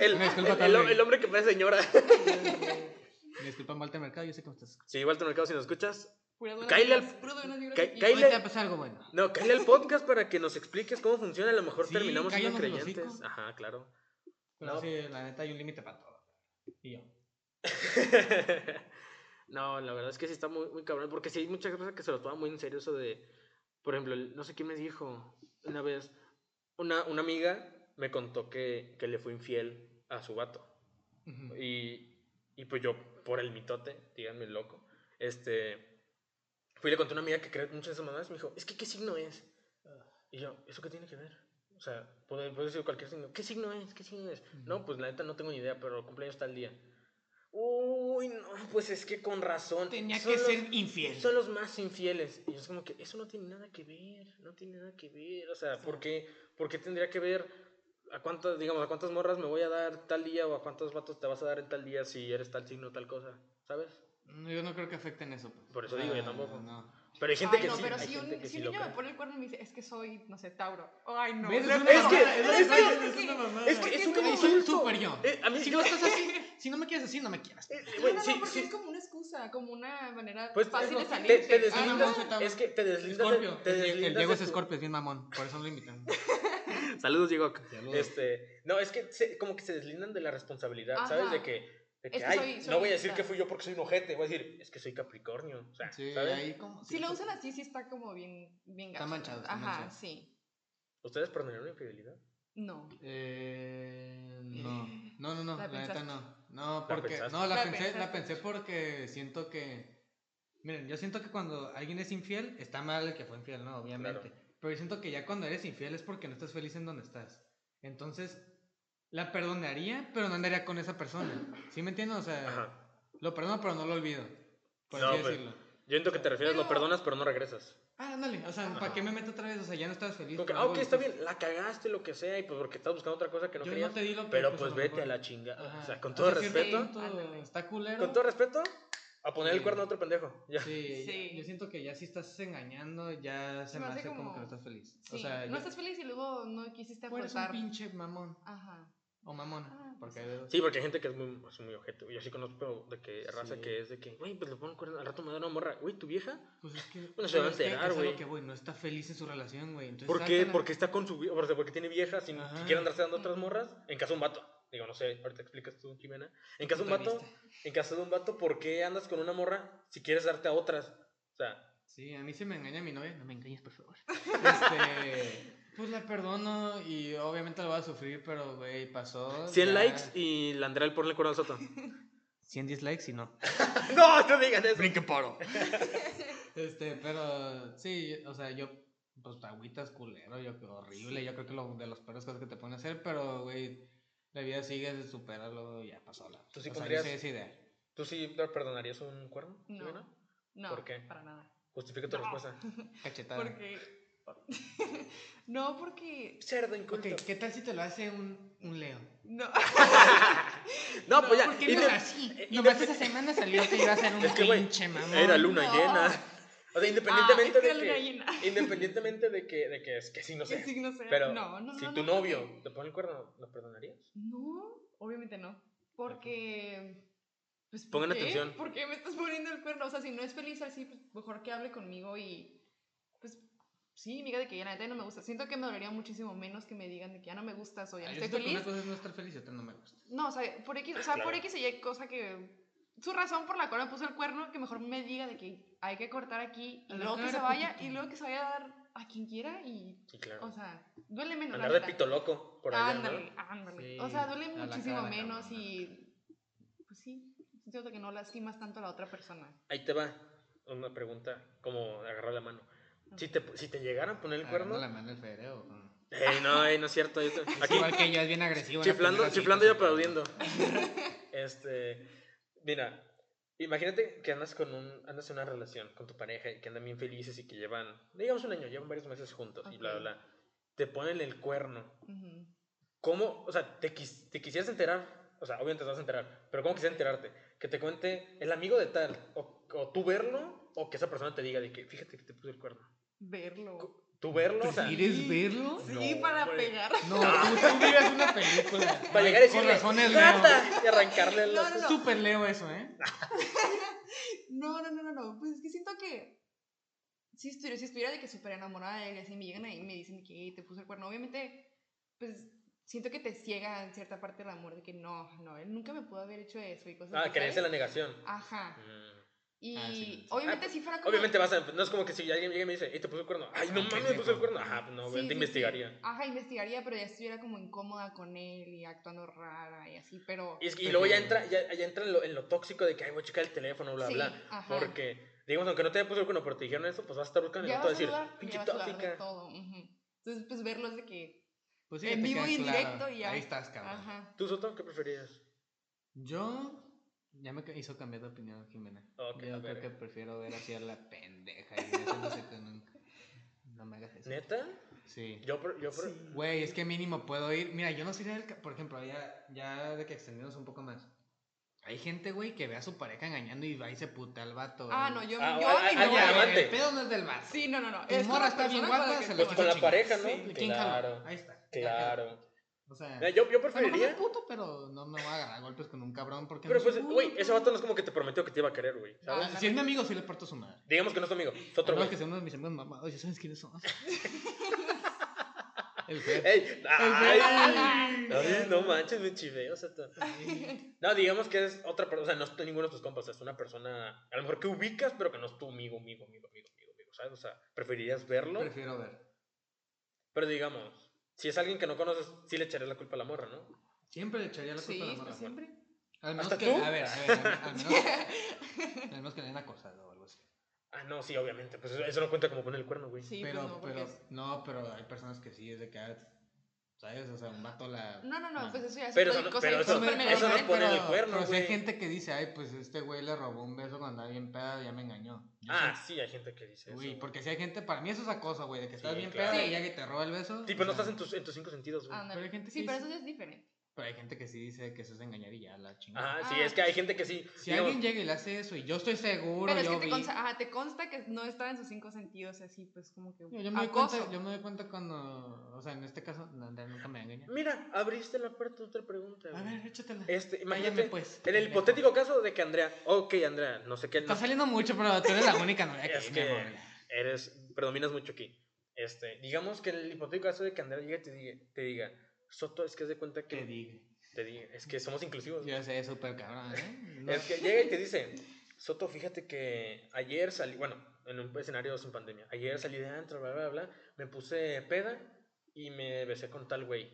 A: El,
B: Una disculpa,
A: el-
B: Carmen.
A: el- el hombre que parece señora.
B: Me disculpan, Walter Mercado, yo sé cómo estás.
A: Sí, Walter Mercado, si nos escuchas.
C: Pura dona
A: Cáele
C: libras,
A: al-
C: pura dona libras
A: Ca-
C: aquí.
A: cáele-
B: Ahorita va a pasar algo bueno.
A: No, cállale al podcast para que nos expliques cómo funciona. A lo mejor
B: Sí,
A: terminamos siendo
B: cállanos el
A: creyentes.
B: hocico.
A: Ajá, claro.
B: Pero
A: No.
B: sí, la neta, hay un límite para todo. Y yo.
A: no, la verdad es que sí está muy, muy cabrón, porque sí hay muchas cosas que se lo toman muy en serio eso de, por ejemplo, el- no sé quién me dijo una vez, una, una amiga me contó que, que le fue infiel a su vato.
B: Ujú.
A: Y, y pues yo, por el mitote, díganme el loco, este, fui y le conté a una amiga que cree mucho en esas mamadas, me dijo, es que ¿qué signo es? Y yo, ¿eso qué tiene que ver? O sea, puedo, puedo decir cualquier signo. ¿Qué signo es? ¿Qué signo es? No,
B: Ujú.
A: pues la neta no tengo ni idea, pero el cumpleaños está el día. Uy, no, pues es que con razón.
B: Tenía
A: son
B: que
A: los-
B: ser infiel.
A: Son los más infieles. Y yo es como que eso no tiene nada que ver, no tiene nada que ver. O sea, ¿por qué, por qué tendría que ver a cuántas, digamos, a cuántas morras me voy a dar tal día o a cuántos vatos te vas a dar en tal día si eres tal signo, tal cosa? ¿Sabes?
B: No, Yo no creo que afecten eso. pues.
A: Por eso digo, yo tampoco.
B: No.
A: Pero hay gente
C: Ay,
A: que
C: no,
A: sí.
C: pero
A: hay
C: si
A: gente
C: un,
A: que
C: si
A: sí
C: un
A: lo
C: niño me
A: cree.
C: pone el cuerno y me dice, es que soy, no sé, Tauro. Ay, no.
B: ¿Ves?
C: no,
B: Es
C: no,
B: una
A: es que-
B: mamada,
A: es
B: una
A: que-
B: mamada,
C: es que-
B: mamada.
A: Es que es un
B: Ahí soy
A: insulto.
B: súper yo.
A: Eh, a mí
B: Si
A: sí
B: no
A: lo-
B: estás así, si no me quieres así, no me quieras.
A: eh,
C: no,
A: güey,
C: no,
A: sí,
C: porque
A: sí,
C: es como una excusa, como una manera
A: Pues
C: fácil de
A: es lo que-
C: salir.
A: te, te
B: Ah, no,
A: deslindas,
B: soy Tauro.
A: es que te deslindas, de-
B: Scorpio.
A: te
B: El-
A: deslindas
B: El Diego
A: de
B: es
A: tu-
B: Scorpio, es bien mamón. Por eso lo invitan.
A: Saludos, Diego.
B: Saludos.
A: Este, no, es que se- como que se deslindan de la responsabilidad,
C: Ajá.
A: ¿sabes? De que, de que,
C: que
A: ay,
C: soy- soy
A: no voy a decir
C: lista".
A: que fui yo porque soy un ojete, voy a decir, es que soy Capricornio, o sea,
B: Sí,
A: ¿sabes?
B: ahí como.
C: Si lo usan así, sí está como bien, bien
B: Está
C: gacho.
B: manchado, está
C: Ajá,
B: manchado.
C: sí.
A: ¿Ustedes perdonaron infidelidad?
C: No.
B: Eh, no, no, no, no,
C: La
B: la, neta
C: pensaste.
B: no. No, porque
A: pensaste.
B: no, la,
C: La
B: pensé, la
C: pensaste.
B: pensé porque siento que miren, yo siento que cuando alguien es infiel está mal el que fue infiel, no, obviamente. Pero yo siento que ya cuando eres infiel es porque no estás feliz en donde estás. Entonces, la perdonaría, pero no andaría con esa persona. ¿Sí me entiendes? O sea,
A: Ajá.
B: lo perdono, pero no lo olvido. Por
A: No, pues.
B: así
A: pero-
B: decirlo.
A: Yo entiendo que te refieres, lo
C: Pero-
A: perdonas, pero no regresas.
B: Ah, ándale, o sea, ¿para
A: Ajá.
B: qué me meto otra vez? O sea, ya no estás feliz.
A: Como que,
B: por
A: ah,
B: algo
A: ok,
B: que
A: está
B: estás-
A: bien, la cagaste, lo que sea, y pues porque estabas buscando otra cosa que no
B: pues Yo
A: querías.
B: no te di lo que
A: pero
B: pues,
A: pues
B: lo
A: vete
B: mejor-
A: a la chinga. O
B: Ajá.
A: sea, con
B: O
A: todo
B: sea, cierto
A: respeto,
B: punto,
C: ándale.
B: Está culero.
A: con todo respeto, a poner el
B: Sí.
A: cuerno a otro pendejo. Ya.
B: Sí, ya-
C: Sí.
B: yo siento que ya si estás engañando, ya se me hace como, que no estás feliz.
C: Sí.
B: o sea,
C: no
B: ya-
C: estás feliz y luego no quisiste
B: tú eres un
C: aportar.
B: pinche mamón
C: Ajá.
B: o mamona,
C: Ah,
B: porque
C: pues
B: hay de dos.
A: Sí, porque hay gente que es muy, es muy objeto. Yo sí conozco de que raza
B: Sí.
A: que es de que, güey, pues le pongo cuerno, al rato me da una morra. Güey, ¿tu vieja?
B: Pues es que
A: Uno se va a
B: pero es que
A: enterar,
B: es a lo
A: güey.
B: que voy, no está feliz en su relación, güey. Entonces
A: ¿Por qué?
B: sácala.
A: Porque está con su. vie- O sea, porque tiene viejas y
B: Ajá.
A: si quiere andarse dando otras morras. En caso de un vato. Digo, no sé, ahorita explicas tú, Jimena. En caso, de un vato, en caso de un vato, ¿por qué andas con una morra si quieres darte a otras? O sea,
B: Sí, a mí se me engaña mi novia. No me engañes, por favor. Este, pues la perdono y obviamente lo va a sufrir, pero, güey, pasó.
A: 100
B: ya.
A: likes y la Andrea el ponle cuerno al soto.
B: 100 dislikes y no.
A: no, no digan eso.
B: Brinque paro. Este, pero sí, o sea, yo, pues te agüitas culero, yo horrible, yo creo que lo de las peores cosas que te pueden hacer, pero, güey, la vida sigue, supéralo, ya pasó la.
A: Tú sí
B: o sea,
A: pondrías-
B: yo soy esa idea.
A: ¿Tú sí le perdonarías un cuerno,
C: No.
A: Jimena?
C: No,
A: ¿Por qué?
C: para nada.
A: Justifica tu
C: No.
A: respuesta.
B: Cachetada.
C: Porque. no, porque.
A: Cerdo
B: Ok,
A: inculto.
B: ¿qué tal si te lo hace un, un Leo?
C: No.
A: No, pues ya.
B: ¿Por qué
A: y
B: no
A: de-
B: es así?
A: eh,
B: Nomás
A: independ-
B: esa semana salió que iba a ser un
A: Es que, güey,
B: pinche mamón.
A: Era luna
C: No.
A: llena. O sea,
C: Independientemente
A: independientemente
C: ah,
A: de
C: es que la luna
A: que.
C: llena.
A: Independientemente de que, de que es que sí, no
C: Que
A: sé.
C: sí, no sé.
A: Pero
C: no, no,
A: si
C: no,
A: tu
C: no,
A: novio
C: porque-
A: te pone el cuerno, ¿lo perdonarías?
C: No, obviamente no. Porque. Pues, ¿por
A: Pongan
C: qué?
A: atención.
C: ¿Por qué me estás poniendo el cuerno? O sea, si no es feliz así, pues mejor que hable conmigo y. Pues sí, diga de que ya la neta ya no me gusta. Siento que me dolería muchísimo menos que me digan de que ya no me gustas o ya
B: Ah,
C: no
B: yo siento que
C: estoy feliz.
B: Una cosa es no estar feliz y otra no me gusta.
C: No, o sea, por X, o sea,
A: Claro.
C: por X y Y cosa que. Su razón por la cual me puso el cuerno, que mejor me diga de que hay que cortar aquí y
B: A la
C: luego que se
B: cara,
C: vaya
B: poquito.
C: y luego que se vaya a dar a quien quiera y.
A: Sí, claro.
C: O sea, duele menos. la
A: Andar de
C: neta.
A: pito loco por allá, ¿no?
C: Ándale, ándale. o
B: Sí,
C: sea, duele
B: a la
C: muchísimo
B: cara,
C: menos
B: cabrón, a la
C: y. Pues sí, siento que no lastimas tanto a la otra persona.
A: Ahí te va una pregunta, como agarrar la mano.
C: Ok.
A: Si te, si te llegaran a poner el
B: Agarrando
A: cuerno...
B: la mano el Fede, o no.
A: Ey, no, ey, no es cierto. yo te-
B: Es
A: Aquí,
B: igual que yo, es bien agresivo.
A: chiflando,
B: la
A: chiflando y
B: pendeja, sí,
A: aplaudiendo. Este, mira, imagínate que andas con un, andas en una relación con tu pareja y que andan bien felices y que llevan, digamos un año, llevan varios meses juntos y bla,
C: Ok.
A: bla, bla. Te ponen el cuerno.
C: Ujú.
A: ¿Cómo, o sea, te, quis- te quisieras enterar? O sea, obviamente te vas a enterar, pero ¿cómo quisieras enterarte? Que te cuente el amigo de tal, o, o tú verlo, o que esa persona te diga de que, fíjate que te puse el cuerno.
C: Verlo.
A: Tú verlo, o sea,
B: ¿Prefieres verlo?
C: Sí,
A: No,
C: para
A: güey.
C: pegar.
B: No, tú, tú vives una película.
A: para llegar y
B: Con
A: decirle,
B: razón es
A: "Gata",
B: Leo.
A: y arrancarle el...
C: No, no, no.
B: Súper Leo eso, ¿eh?
C: No, no, no, no, no. Pues es que siento que. Si estuviera, si estuviera de que súper enamorada de él, y así me llegan ahí y me dicen de que "Ey, te puse el cuerno, obviamente, pues siento que te ciega en cierta parte el amor, de que no, no, él nunca me pudo haber hecho eso y cosas
A: Ah,
C: así,
A: creerse en la
C: ¿sabes?
A: negación.
C: Ajá.
A: Mm.
C: Y
B: Ah, sí, sí.
C: obviamente
A: Ah,
C: si fuera como.
A: Obviamente vas a, no es como que si alguien llega y me dice, "Ey, te puse el cuerno. Ay, no
B: Ah,
A: mames, me
B: pendejo.
A: puse el cuerno. Ajá, pues no,
C: Sí,
A: obviamente
C: sí, sí.
A: investigaría.
C: Ajá, investigaría, pero ya estuviera como incómoda con él y actuando rara y así, pero.
A: Y, es que- y luego ya
B: Pero-
A: entra, ya, ya entra en lo, en lo tóxico de que, ay, voy a checar el teléfono, bla,
C: Sí,
A: bla.
C: ajá.
A: Porque, digamos, aunque no te haya puesto el cuerno, pero te dijeron eso, pues vas a estar buscando y
C: Ya
A: vas a
C: vas a
A: decir,
C: dudar,
A: pinche
C: ya vas a dudar de
A: tóxica.
C: todo. ujú. Entonces, pues verlos de que.
B: Pues
C: En
B: te
C: vivo
B: queda
C: y en
B: claro.
C: directo y ya.
B: Ahí estás, cabrón.
C: Ajá.
A: ¿Tú, Soto, qué preferías?
B: Yo. Ya me ca- hizo cambiar de opinión, Jimena.
A: Ok, a
B: Yo
A: ver.
B: creo que prefiero ver así a la pendeja. Y eso no sé que nunca. No me hagas eso.
A: ¿Neta?
B: pues, Sí.
A: Yo, pre- yo pre-
B: Güey, es que mínimo puedo ir. Mira, yo no sería el. ca- Por ejemplo, ya, ya de que extendimos un poco más. Hay gente, güey, que ve a su pareja engañando y va y se puta al vato.
C: Ah,
B: güey.
C: no, yo.
A: Ah,
C: yo
A: ah,
C: a mi
A: ah,
C: novia-
A: ya, amante.
B: El pedo no es del vato.
C: Sí, no, no, no.
B: Tu
C: con
B: morra
C: la
B: está bien
C: persona
B: guapa,
C: con la que
B: se
C: te
B: lo
A: Pues
C: vas.
A: con la
B: chingas.
A: pareja, ¿no?
B: Sí, ¿quién
A: claro.
B: jaló? Ahí está.
A: Claro.
B: O sea,
A: Mira, Yo, yo
B: a lo mejor soy
A: preferiría.
B: puto, pero no me voy a agarrar a golpes con un cabrón porque
A: Pero
B: no
A: pues,
B: soy puto.
A: güey, ese vato no es como que te prometió que te iba a querer, güey.
C: Ah,
A: ¿Sabes?
C: no.
B: Si es mi amigo, sí le parto su madre.
A: Digamos que no es tu amigo, es
B: A
A: otro
B: menos
A: güey.
B: que sea uno de mis amigos mamados, ya sabes quiénes son. El Fer.
A: ¡Ey!
B: Ay.
A: ¡Ay! Ay, no manches, me chiveo, o sea, está- No, digamos que es otra persona, o sea, no es ninguno de tus compas, es una persona, a lo mejor que ubicas, pero que no es tu amigo, amigo, amigo, amigo, amigo, amigo, ¿sabes? O sea, preferirías verlo,
B: Prefiero ver.
A: pero digamos, si es alguien que no conoces, sí le echarías la culpa a la morra, ¿no?
B: Siempre le echaría la culpa a la
C: Sí,
B: morra.
C: pues siempre.
B: Al menos
A: ¿Hasta
B: que,
A: tú?
B: a ver, a ver, al, al menos, al menos que le den acosado o algo así.
A: Ah, no, sí, obviamente, pues eso, eso no cuenta como poner el cuerno, güey.
C: Sí, pues
B: pero,
C: no, porque
B: pero,
C: es-
B: no, pero hay personas que sí, es de que, ah, ¿sabes? O sea, un vato la...
C: No, no, no,
B: Ajá.
C: pues eso ya es
A: Pero
C: otra
A: eso no-
C: cosa
A: pero
C: de
A: eso-
C: súper
A: pero eso no
C: merecedor.
A: es poner el cuerno,
B: Pero si hay
A: güey.
B: gente que dice, ay, pues este güey le robó un beso cuando andaba bien peda, ya me engañó. Yo
A: Ah,
B: sé-
A: sí, hay gente que dice
B: Güey, pues,
A: eso.
B: porque si hay gente, para mí eso es acoso, güey, de que estás
A: Sí,
B: bien
A: claro.
B: peda
C: Sí.
B: y ya que te roba el beso.
A: Tipo, pues,
B: o
A: no
B: sea, ah,
A: estás en tus, en tus cinco sentidos, güey.
C: Ándale.
B: Pero hay gente
C: Sí,
B: que
C: pero
B: dice-
C: eso ya es diferente.
B: Pero hay gente que sí dice que eso es engañar y ya la chingada.
A: Ah, sí,
C: Ah,
A: es que hay gente que sí.
B: si
A: digamos,
B: alguien llega y le hace eso y yo estoy seguro,
C: Pero es
B: yo
C: que te
B: vi-
C: consta, ajá, te consta que no está en sus cinco sentidos, así pues como que.
B: Yo, yo me doy
C: acoso.
B: cuenta, yo me doy cuenta cuando, o sea, en este caso, no, no, nunca me engaña.
A: Mira, abriste la puerta a otra pregunta,
B: A
A: güey.
B: ver, échatela.
A: Este,
B: Cállame,
A: imagínate,
B: pues.
A: en el
B: pendejo.
A: hipotético caso de que Andrea, ok, Andrea, no sé qué, no
B: Está saliendo mucho, pero tú eres la única novia que
A: Es
B: tiene,
A: que-
B: amor.
A: eres, predominas mucho aquí. Este, digamos que en el hipotético caso de que Andrea llegue y te diga, te diga, Soto, es que haz de cuenta
B: Te
A: que
B: digo.
A: Te digo, es que somos inclusivos.
B: Yo sé, súper cabrón, ¿eh? No.
A: Es que llega y te dice, Soto, fíjate que ayer salí, bueno, en un escenario sin pandemia, ayer salí de antro, bla, bla, bla, me puse peda y me besé con tal güey.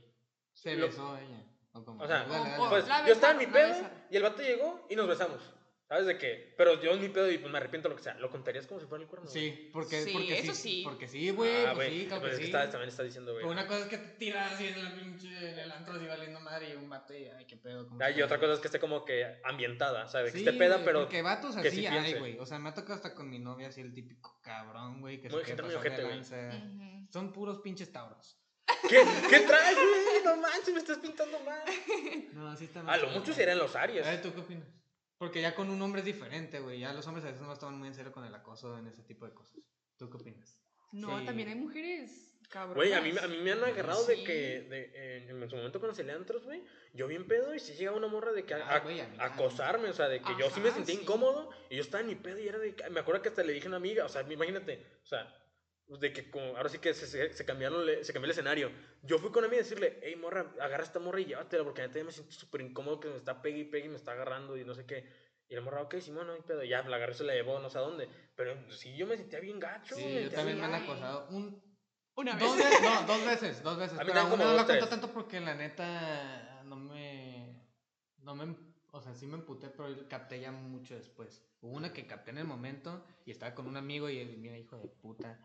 B: Se
A: lo-
B: besó ella. O, como-
A: O sea,
B: Dale, dale,
C: o-
A: Pues
B: dale.
C: la
A: yo estaba en mi
C: besaron, la
A: pedo
C: besaron.
A: y el vato llegó y nos besamos. ¿Sabes de qué? Pero yo en mi pedo y pues me arrepiento lo que sea. ¿Lo contarías como si fuera el cuerno? güey?
B: Sí, porque,
C: Sí,
B: porque
C: eso
B: sí,
C: sí.
B: Porque sí, güey.
A: Ah,
B: pues
A: güey,
B: sí, claro
A: pues
B: que
A: es que
B: sí.
A: está- también está diciendo, güey.
B: Pero una cosa es que te tiras así en la pinche en el antro así valiendo madre y un bate y ay, qué pedo. cómo
A: Ah, y
B: está?
A: otra cosa es que esté como que ambientada, ¿sabes? Que
B: Sí,
A: esté peda,
B: güey,
A: pero
B: Porque vatos
A: que
B: así
A: sí
B: hay,
A: piense.
B: güey. O sea, me ha tocado hasta con mi novia así el típico cabrón, güey, que
A: Muy
B: se
A: gente,
B: quiere
A: muy
B: pasar de
A: ojete, güey.
B: lanza.
C: Ujú.
B: Son puros pinches tauros.
A: ¿Qué, ¿Qué traes, güey? No manches, me estás pintando mal.
B: No, así está
A: A
B: mal,
A: Ah, lo
B: güey.
A: mucho serían los
B: A ver,
A: Aries.
B: ¿tú qué opinas? Porque ya con un hombre es diferente, güey. Ya los hombres a veces no toman muy en serio con el acoso en ese tipo de cosas. ¿Tú qué opinas?
C: No,
B: Sí.
C: también hay mujeres cabronas.
A: Güey, a mí, me- a mí me han agarrado de
C: Sí.
A: que de- en, en su momento cuando salía antros, güey, yo bien pedo y si llegaba una morra de que a-
B: Ay,
A: a-
B: Ah, güey, a mí
A: acosarme, o sea, de que yo sí me
C: Ajá,
A: sentía
C: sí.
A: incómodo y yo estaba en mi pedo y era de que- me acuerdo que hasta le dije a una amiga, o sea, imagínate, o sea, pues, de que como- ahora sí que se, se, se cambiaron, le- se cambió el escenario. Yo fui con una amiga a decirle, hey morra, agarra esta morra y llévatela porque neta ya me siento súper incómodo que me está pegue y pegue y me está agarrando y no sé qué. Y la morra, ok, Simón, no hay pedo. Ya, la agarré, se la llevó, no sé a dónde. Pero sí, yo me sentía bien gacho.
B: Sí,
A: güey,
B: yo
A: te-
B: también me han
C: ay.
B: acosado un
C: Una vez.
B: Dos veces, no, dos veces, dos veces.
A: A mí
B: pero
A: también
B: una
A: como
B: no la
A: dos,
B: cuento
A: tres.
B: tanto porque la neta no me. No me. O sea, sí me emputé, pero capté ya mucho después. Hubo una que capté en el momento y estaba con un amigo y él, mira, hijo de puta,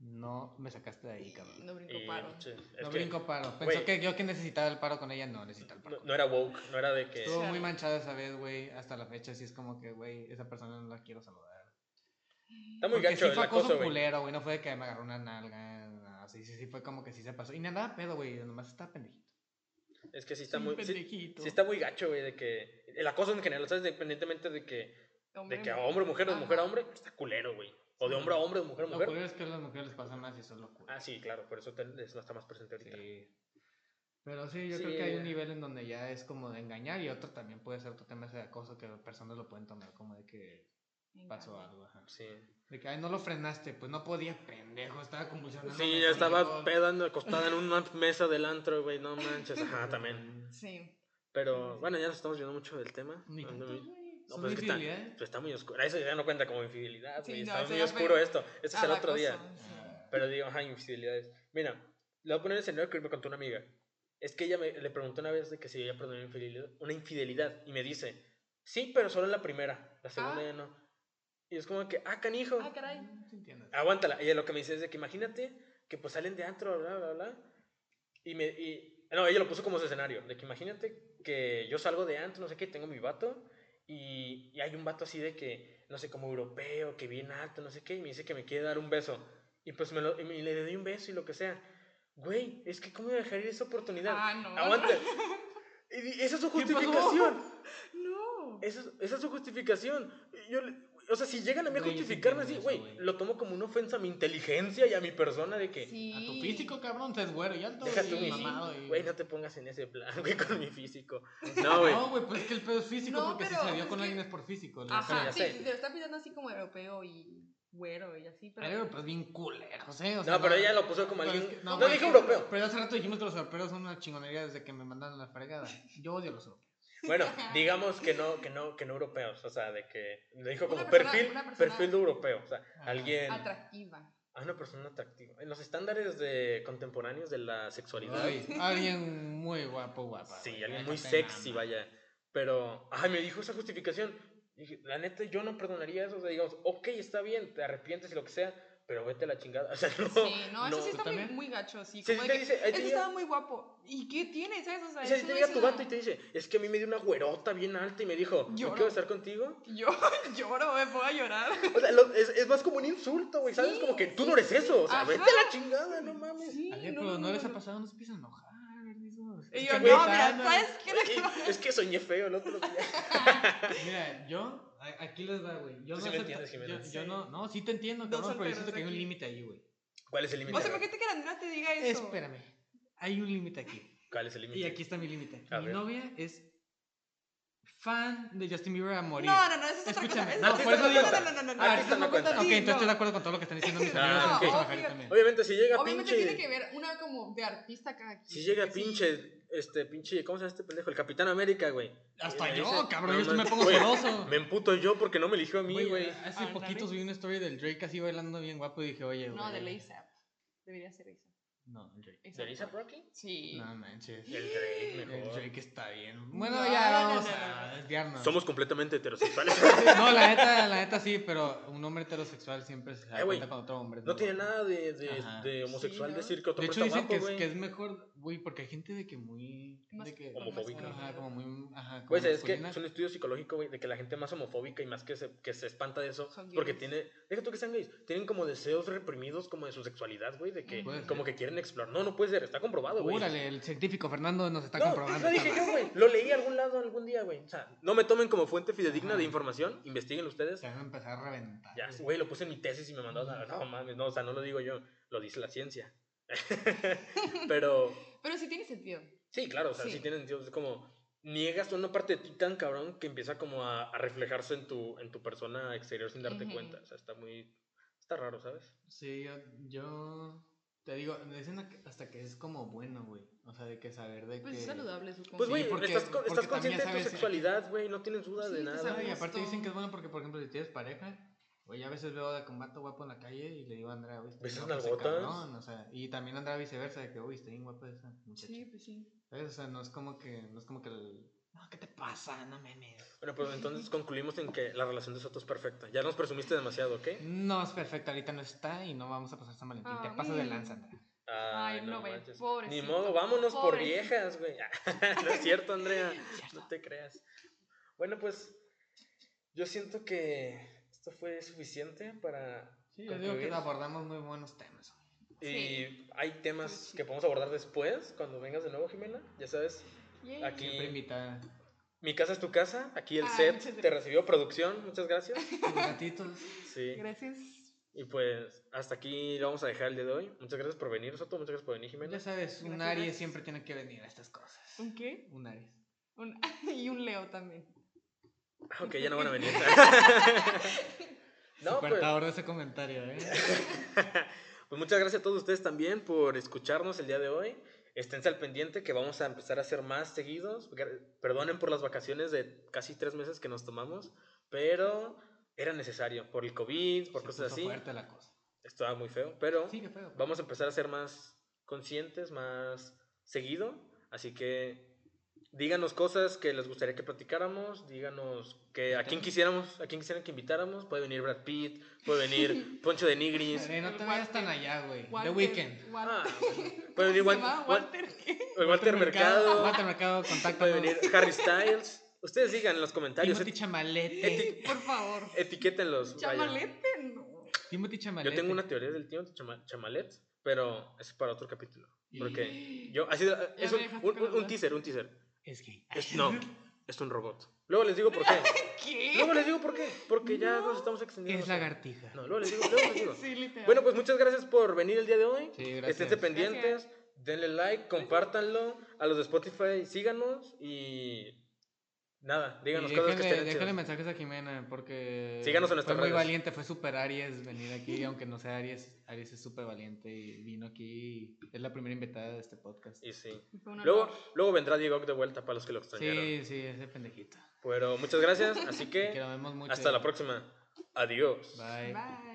B: no me sacaste de ahí, cabrón.
C: No brinco
A: Y,
C: paro.
A: sí, es
B: No
A: que-
B: brinco paro. Pensó
A: güey.
B: que yo que necesitaba el paro con ella, no necesitaba el paro.
A: No,
B: con
A: no era woke, no era de que.
B: Estuvo muy
C: Chale.
B: manchada esa vez, güey. Hasta la fecha, sí es como que, güey, esa persona no la quiero saludar.
A: Está muy
B: Porque
A: gacho
B: sí
A: el
B: fue acoso
A: acoso, güey.
B: culero, güey. No fue de que me agarró una nalga. no, sí, sí, sí, fue como que sí se pasó. Y ni andaba pedo, güey. Nomás estaba pendejito.
A: Es que sí está
B: Sí,
A: muy. Sí,
B: pendejito.
A: sí está muy gacho, güey, de que. El acoso en general, ¿sabes? Independientemente de que. De que a
C: Hombre,
A: hombre a mujer o de mujer a
C: Ajá.
A: hombre, está culero, güey. O de hombre a hombre, de mujer a
B: Lo
A: mujer.
B: culero es que a las mujeres les pasa más y eso es lo culero.
A: Ah, sí, claro, por eso te- es- no está más presente ahorita.
B: Sí. Pero sí, yo
A: Sí,
B: creo que hay
A: eh.
B: un nivel en donde ya es como de engañar y otro también puede ser otro tema ese de acoso que personas lo pueden tomar como de que
C: me
B: pasó
C: encanta.
B: algo. Ajá.
A: Sí.
B: De que, ay, no lo frenaste. Pues no podía, pendejo. Estaba convulsionando.
A: Sí, ya estaba pedando acostada en una mesa del antro, güey, no manches. Ajá, Ah, también.
C: Sí.
A: Pero bueno, ya nos estamos viendo mucho del tema.
B: Ni
A: No,
B: tanto,
A: no,
C: güey.
A: No,
B: Son
A: pues es que está,
B: infidelidades.
A: pues está muy oscuro. Eso ya no cuenta como infidelidad,
C: Sí,
A: güey.
C: no,
A: está
C: eso
A: muy
C: ya fue-
A: oscuro esto. Esto es el
C: Ah,
A: otro día.
C: acoso, sí.
A: Pero digo, ajá, infidelidades. Mira, le voy a poner el escenario que me contó una amiga. Es que ella me, le preguntó una vez de que si ella perdonó una infidelidad, una infidelidad. Y me dice, sí, pero solo en la primera. La segunda
C: Ah.
A: ya no. Y es como que, ah, canijo.
C: Ah, caray.
B: Sí, entiendo.
A: Aguántala. Ella lo que me dice es de que imagínate que pues salen de antro, bla, bla, bla. Y me... Y, no, ella lo puso como su escenario. De que imagínate que yo salgo de antro, no sé qué, tengo mi vato. Y, y hay un vato así de que, no sé, como europeo, que bien alto, no sé qué. Y me dice que me quiere dar un beso. Y pues me lo, y me- le doy un beso y lo que sea. Güey, es que cómo me dejaría esa oportunidad.
C: Ah, no.
A: Aguanta. Y di- esa es su
C: ¿Qué
A: justificación.
C: pasó? No.
A: Esa es, esa es su justificación. Y Yo, le- o sea, si llegan a mí a
B: Güey, yo sí
A: justificarme así,
B: entiendo
A: güey,
B: eso, güey.
A: lo tomo como una ofensa a mi inteligencia y a mi persona de que,
C: Sí.
B: A tu físico, cabrón, te es güero y alto
A: deja
B: y
A: tú mi
B: mamado
A: físico,
B: y-
A: güey, no te pongas en ese plan, güey, con mi físico. No, güey.
B: No, güey, pues es que el pedo es físico
C: No,
B: porque si
C: pero
B: se vio
C: es
B: con
C: que-
B: alguien es por físico. la
C: Ajá,
A: ya
B: neta.
C: sí,
A: sé.
C: se lo está pidiendo así como europeo y güero y así,
B: Hay
C: pero...
B: europeos pues bien culeros, ¿eh? O sea,
A: No, pero ella lo puso como
B: pero
A: alguien.
B: es que-
A: no
B: güey,
A: dije
B: es que-
A: europeo.
B: Pero hace rato dijimos que los europeos son una chingonería desde que me mandaron la fregada. Yo odio los europeos.
A: Bueno, digamos que no, que no, que no europeos. O sea, de que le dijo
C: Una
A: como
C: persona-
A: perfil,
C: una persona-
A: perfil de europeo. O sea,
B: Ajá.
A: alguien.
C: Atractiva.
A: Ah, una persona atractiva. En los estándares de contemporáneos de la sexualidad.
B: Ay, alguien muy guapo,
A: Sí,
B: guapa. Ah, güey,
A: alguien
B: la
A: muy
B: neta,
A: sexy,
B: mamá.
A: vaya. Pero, ay, me dijo esa justificación. Dije, la neta, yo no perdonaría eso. O sea, digamos, ok, está bien, te arrepientes y lo que sea, pero vete a la chingada. O sea, no.
C: Sí, no, eso
A: no.
C: sí está
B: ¿Tú
C: muy,
B: también?
C: muy gacho, sí.
A: Si
C: como
A: te
C: de que,
A: dice, ahí te
C: "Ese
A: llega-
C: estaba muy guapo. ¿Y qué tiene? ¿Sabes? O sea,
A: O sea,
C: eso
A: te
C: no
A: llega
C: es
A: tu
C: una-
A: vato y te dice, es que a mí me dio una güerota bien alta y me dijo, ¿yo
C: Lloro.
A: quiero estar contigo?
C: Yo lloro, me puedo llorar.
A: O sea, lo- es, es más como un insulto, güey, ¿sabes?
C: Sí,
A: como que tú
C: sí,
A: no eres
C: sí,
A: eso, o sea,
C: ajá.
A: vete a la chingada, no mames.
C: Sí,
B: Oye, pero no, les ha pasado, no se empiezan a enojar. Dios.
C: Y yo,
B: Están
C: no, mira,
B: gritando.
C: ¿sabes qué?
A: Oye, es que soñé feo el otro día.
B: Mira, yo, a- aquí les va, güey. Yo
A: Tú
B: no
A: sí me
B: acepta-
A: entiendes,
B: yo,
A: Jimena.
B: yo no, no, sí te entiendo,
C: Dos
B: cabrón, pero yo
C: solteros
B: siento que hay un
C: aquí.
B: límite ahí, güey.
A: ¿Cuál es el límite?
C: O sea,
A: güey?
C: ¿por qué te que la nena te diga eso?
B: Espérame, hay un límite aquí.
A: ¿Cuál es el límite?
B: Y aquí está mi límite.
A: A
B: Mi
A: ver.
B: novia es fan de Justin Bieber a morir.
C: No, no, no, eso es otra cosa.
B: Escúchame,
C: eso es
B: no,
C: otra
B: por eso
C: cosa.
B: digo-
C: No, no, no, no, no.
A: Ah,
C: eso
A: eso no
C: me cuenta
A: cuenta.
C: a ti,
B: Ok, entonces estoy
C: no.
B: de acuerdo con todo lo que están diciendo mis
C: No,
B: amigos.
A: ok.
B: en Guadalajara también.
A: Obviamente, si llega
C: Obviamente
A: pinche.
C: tiene que ver una como de artista cada quien.
A: Si llega
C: porque sí.
A: pinche. Este pinche. ¿Cómo se llama este pendejo? El Capitán América, güey.
B: Hasta
A: Me
B: yo,
A: dice-
B: cabrón,
A: No,
B: yo sí me
A: no,
B: pongo
A: güey,
B: celoso.
A: Me emputo yo porque no me eligió a mí,
B: Güey,
A: güey.
B: Hace
C: Ándale.
B: poquitos vi una story del Drake así bailando bien guapo y dije, oye,
C: No,
B: güey,
C: de Lisa. Debería ser Lisa.
B: No, el Drake.
A: ¿De Lisa Brocky?
C: Sí.
B: No manches.
A: El Drake,
B: El
A: mejor.
B: Drake está bien. Bueno,
C: No,
B: ya
C: no, no,
B: vamos
C: no,
B: a
C: no.
B: desviarnos.
A: Somos completamente heterosexuales.
B: No, la neta, la neta sí, pero un hombre heterosexual siempre se da
A: Eh, güey,
B: cuenta con otro hombre.
A: No tiene nada de, de,
B: Ajá.
A: de homosexual
C: Sí, ¿no?
A: decir que otro
B: De
A: hombre
B: hecho,
A: está
B: dicen que
A: guapo,
B: es, que es
A: güey.
B: mejor, güey, porque hay gente de que muy.
C: Más-
B: de que,
A: Homofóbica.
B: Ajá, como muy. Ajá, como
A: Güey, es que
B: masculina.
A: es un estudio psicológico, güey, de que la gente más homofóbica y más que se, que se espanta de eso,
C: Son
A: porque
C: gays.
A: tiene, deja tú que sean gays, tienen como deseos reprimidos como de su sexualidad, güey, de que
B: Puede
A: como
B: ser.
A: que quieren explorar. No, no puede ser, está comprobado, güey.
B: Órale, el científico Fernando nos está
A: No,
B: comprobando.
A: no dije
B: esta
A: yo, güey. Lo leí a algún lado algún día, güey. O sea, no me tomen como fuente fidedigna
B: Ajá.
A: de información, investiguen ustedes.
B: Se van a empezar a reventar.
A: Ya, güey, lo puse en mi tesis y me mandó a... No mames, no, o sea, no lo digo yo, lo dice la ciencia. Pero
C: Pero sí tiene sentido.
A: sí, claro, o sea, sí,
C: Sí.
A: tiene sentido. Es como niegas una parte de ti tan cabrón que empieza como a, a reflejarse en tu, en tu persona exterior sin darte
C: Ujú.
A: cuenta. O sea, está muy... Está raro, ¿sabes?
B: Sí, yo, yo te digo, dicen a que- hasta que es como bueno, güey. O sea, de que saber de
C: Pues
B: que...
C: es saludable, supongo.
A: Pues,
B: Sí,
A: güey,
B: porque-
A: estás, con-
B: porque
A: estás
B: también
A: consciente de tu
B: sabes-
A: sexualidad, güey, no tienes duda
C: Sí,
A: de
C: te
A: nada.
C: sabes.
B: No, y
C: gusto.
B: aparte dicen que es bueno porque, por ejemplo, si tienes pareja, güey, a veces veo de combate guapo en la calle y le digo a Andrea, güey, está
A: ¿Ves
B: bien
A: esas
B: guapo ese
A: nalgotas?
B: cabrón, o sea, y también Andrea viceversa, de que, uy, está bien guapa esa muchacha.
C: Sí, pues sí.
B: ¿Sabes? O sea, no es como que, no es como que, el, no, ¿qué te pasa? No memes.
A: Bueno, pues entonces concluimos en que la relación de Soto es perfecta. Ya nos presumiste demasiado, ¿ok?
B: No, es perfecto, ahorita no está y no vamos a pasar San Valentín. te
C: Ah,
B: pasas de
C: mm.
B: lanza, Andrea.
A: Ay,
C: no, güey,
A: manches. Ni
C: pobrecito,
A: modo, vámonos por
C: pobrecito.
A: viejas, güey. no es cierto, Andrea. No te creas. Bueno, pues yo siento que esto fue suficiente para
B: Sí, yo digo que
A: concluir.
B: abordamos muy buenos temas. güey.
A: Y
C: Sí.
A: hay temas
C: Sí.
A: que podemos abordar después, cuando vengas de nuevo, Jimena. Ya sabes,
C: Yay.
A: Aquí.
B: Siempre invitada.
A: mi casa es tu casa. Aquí el
C: Ah,
A: set
C: muchas
A: te
C: gracias.
A: recibió producción. Muchas gracias.
B: Los gatitos.
A: Sí.
C: Gracias.
A: Y pues hasta aquí lo vamos a dejar el día de hoy. Muchas gracias por venir, Soto. Muchas gracias por venir, Jimena.
B: Ya sabes, un
C: Gracias.
B: Aries siempre tiene que venir a estas cosas.
C: ¿Un qué?
B: Un Aries.
C: Un- y un Leo también.
A: Ok, ya no van a venir. no, pues,
B: Supertador de ese comentario, ¿eh?
A: pues muchas gracias a todos ustedes también por escucharnos el día de hoy. Esténse al pendiente que vamos a empezar a hacer más seguidos. Gra- Perdonen por las vacaciones de casi tres meses que nos tomamos, pero era necesario por el COVID, por
B: Se
A: cosas
B: puso
A: así.
B: fuerte la cosa.
A: Estaba muy feo, pero
B: Sí, qué feo.
A: vamos a empezar a ser más conscientes, más seguido. Así que díganos cosas que les gustaría que platicáramos, díganos que a quién quisiéramos, a quién quisieran que invitáramos. Puede venir Brad Pitt, puede venir Poncho de Nigris,
B: Eh, no te
C: Walter-
B: vayas tan allá, güey. The
C: Walter-
B: Weeknd.
C: Walter.
A: ah, puede venir Wan-
C: ¿Se llama
A: Wan-
C: Walter?
A: Walter, Mercado,
B: Walter Mercado, contacto.
A: puede venir Harry Styles. Ustedes digan en los comentarios,
B: Timothy
A: eti-
B: Chamalete.
A: eti-
C: Por favor.
A: etiquétenlos. vaya.
C: Chamalete, no.
B: Timothy Chamalete.
A: Yo tengo una teoría del tío Chama- Chamalet, pero es para otro capítulo.
B: Y-
A: Porque yo, así, es
C: me
A: un-
C: dejaste
A: un-
C: con la
A: un- un
C: duda.
A: teaser, un teaser.
B: Es gay.
A: Es- no, es un robot. Luego les digo por qué.
C: ¿Qué?
A: Luego les digo por qué. Porque ya nos estamos extendiendo.
B: Es lagartija.
A: No, luego les digo, luego les digo.
C: Sí, literal.
A: Bueno, pues muchas gracias por venir el día de hoy.
B: Sí, gracias.
A: Esténse pendientes, denle like, compártanlo. A los de Spotify, síganos y nada,
B: Y
A: díganos cosas que
B: déjale,
A: estén
B: déjale
A: chidas.
B: mensajes a Jimena porque
A: Síganos en nuestras
B: fue muy
A: redes.
B: valiente, fue súper Aries venir aquí, aunque no sea Aries, Aries es súper valiente y vino aquí, y es la primera invitada de este podcast.
A: Y sí.
C: Fue un honor.
A: Luego, luego vendrá Diego de vuelta para los que lo extrañaron.
B: Sí, sí, ese pendejito.
A: Pero muchas gracias, así
B: Que
A: que
B: lo vemos mucho. eh.
A: hasta la próxima. Adiós.
B: Bye.
C: Bye.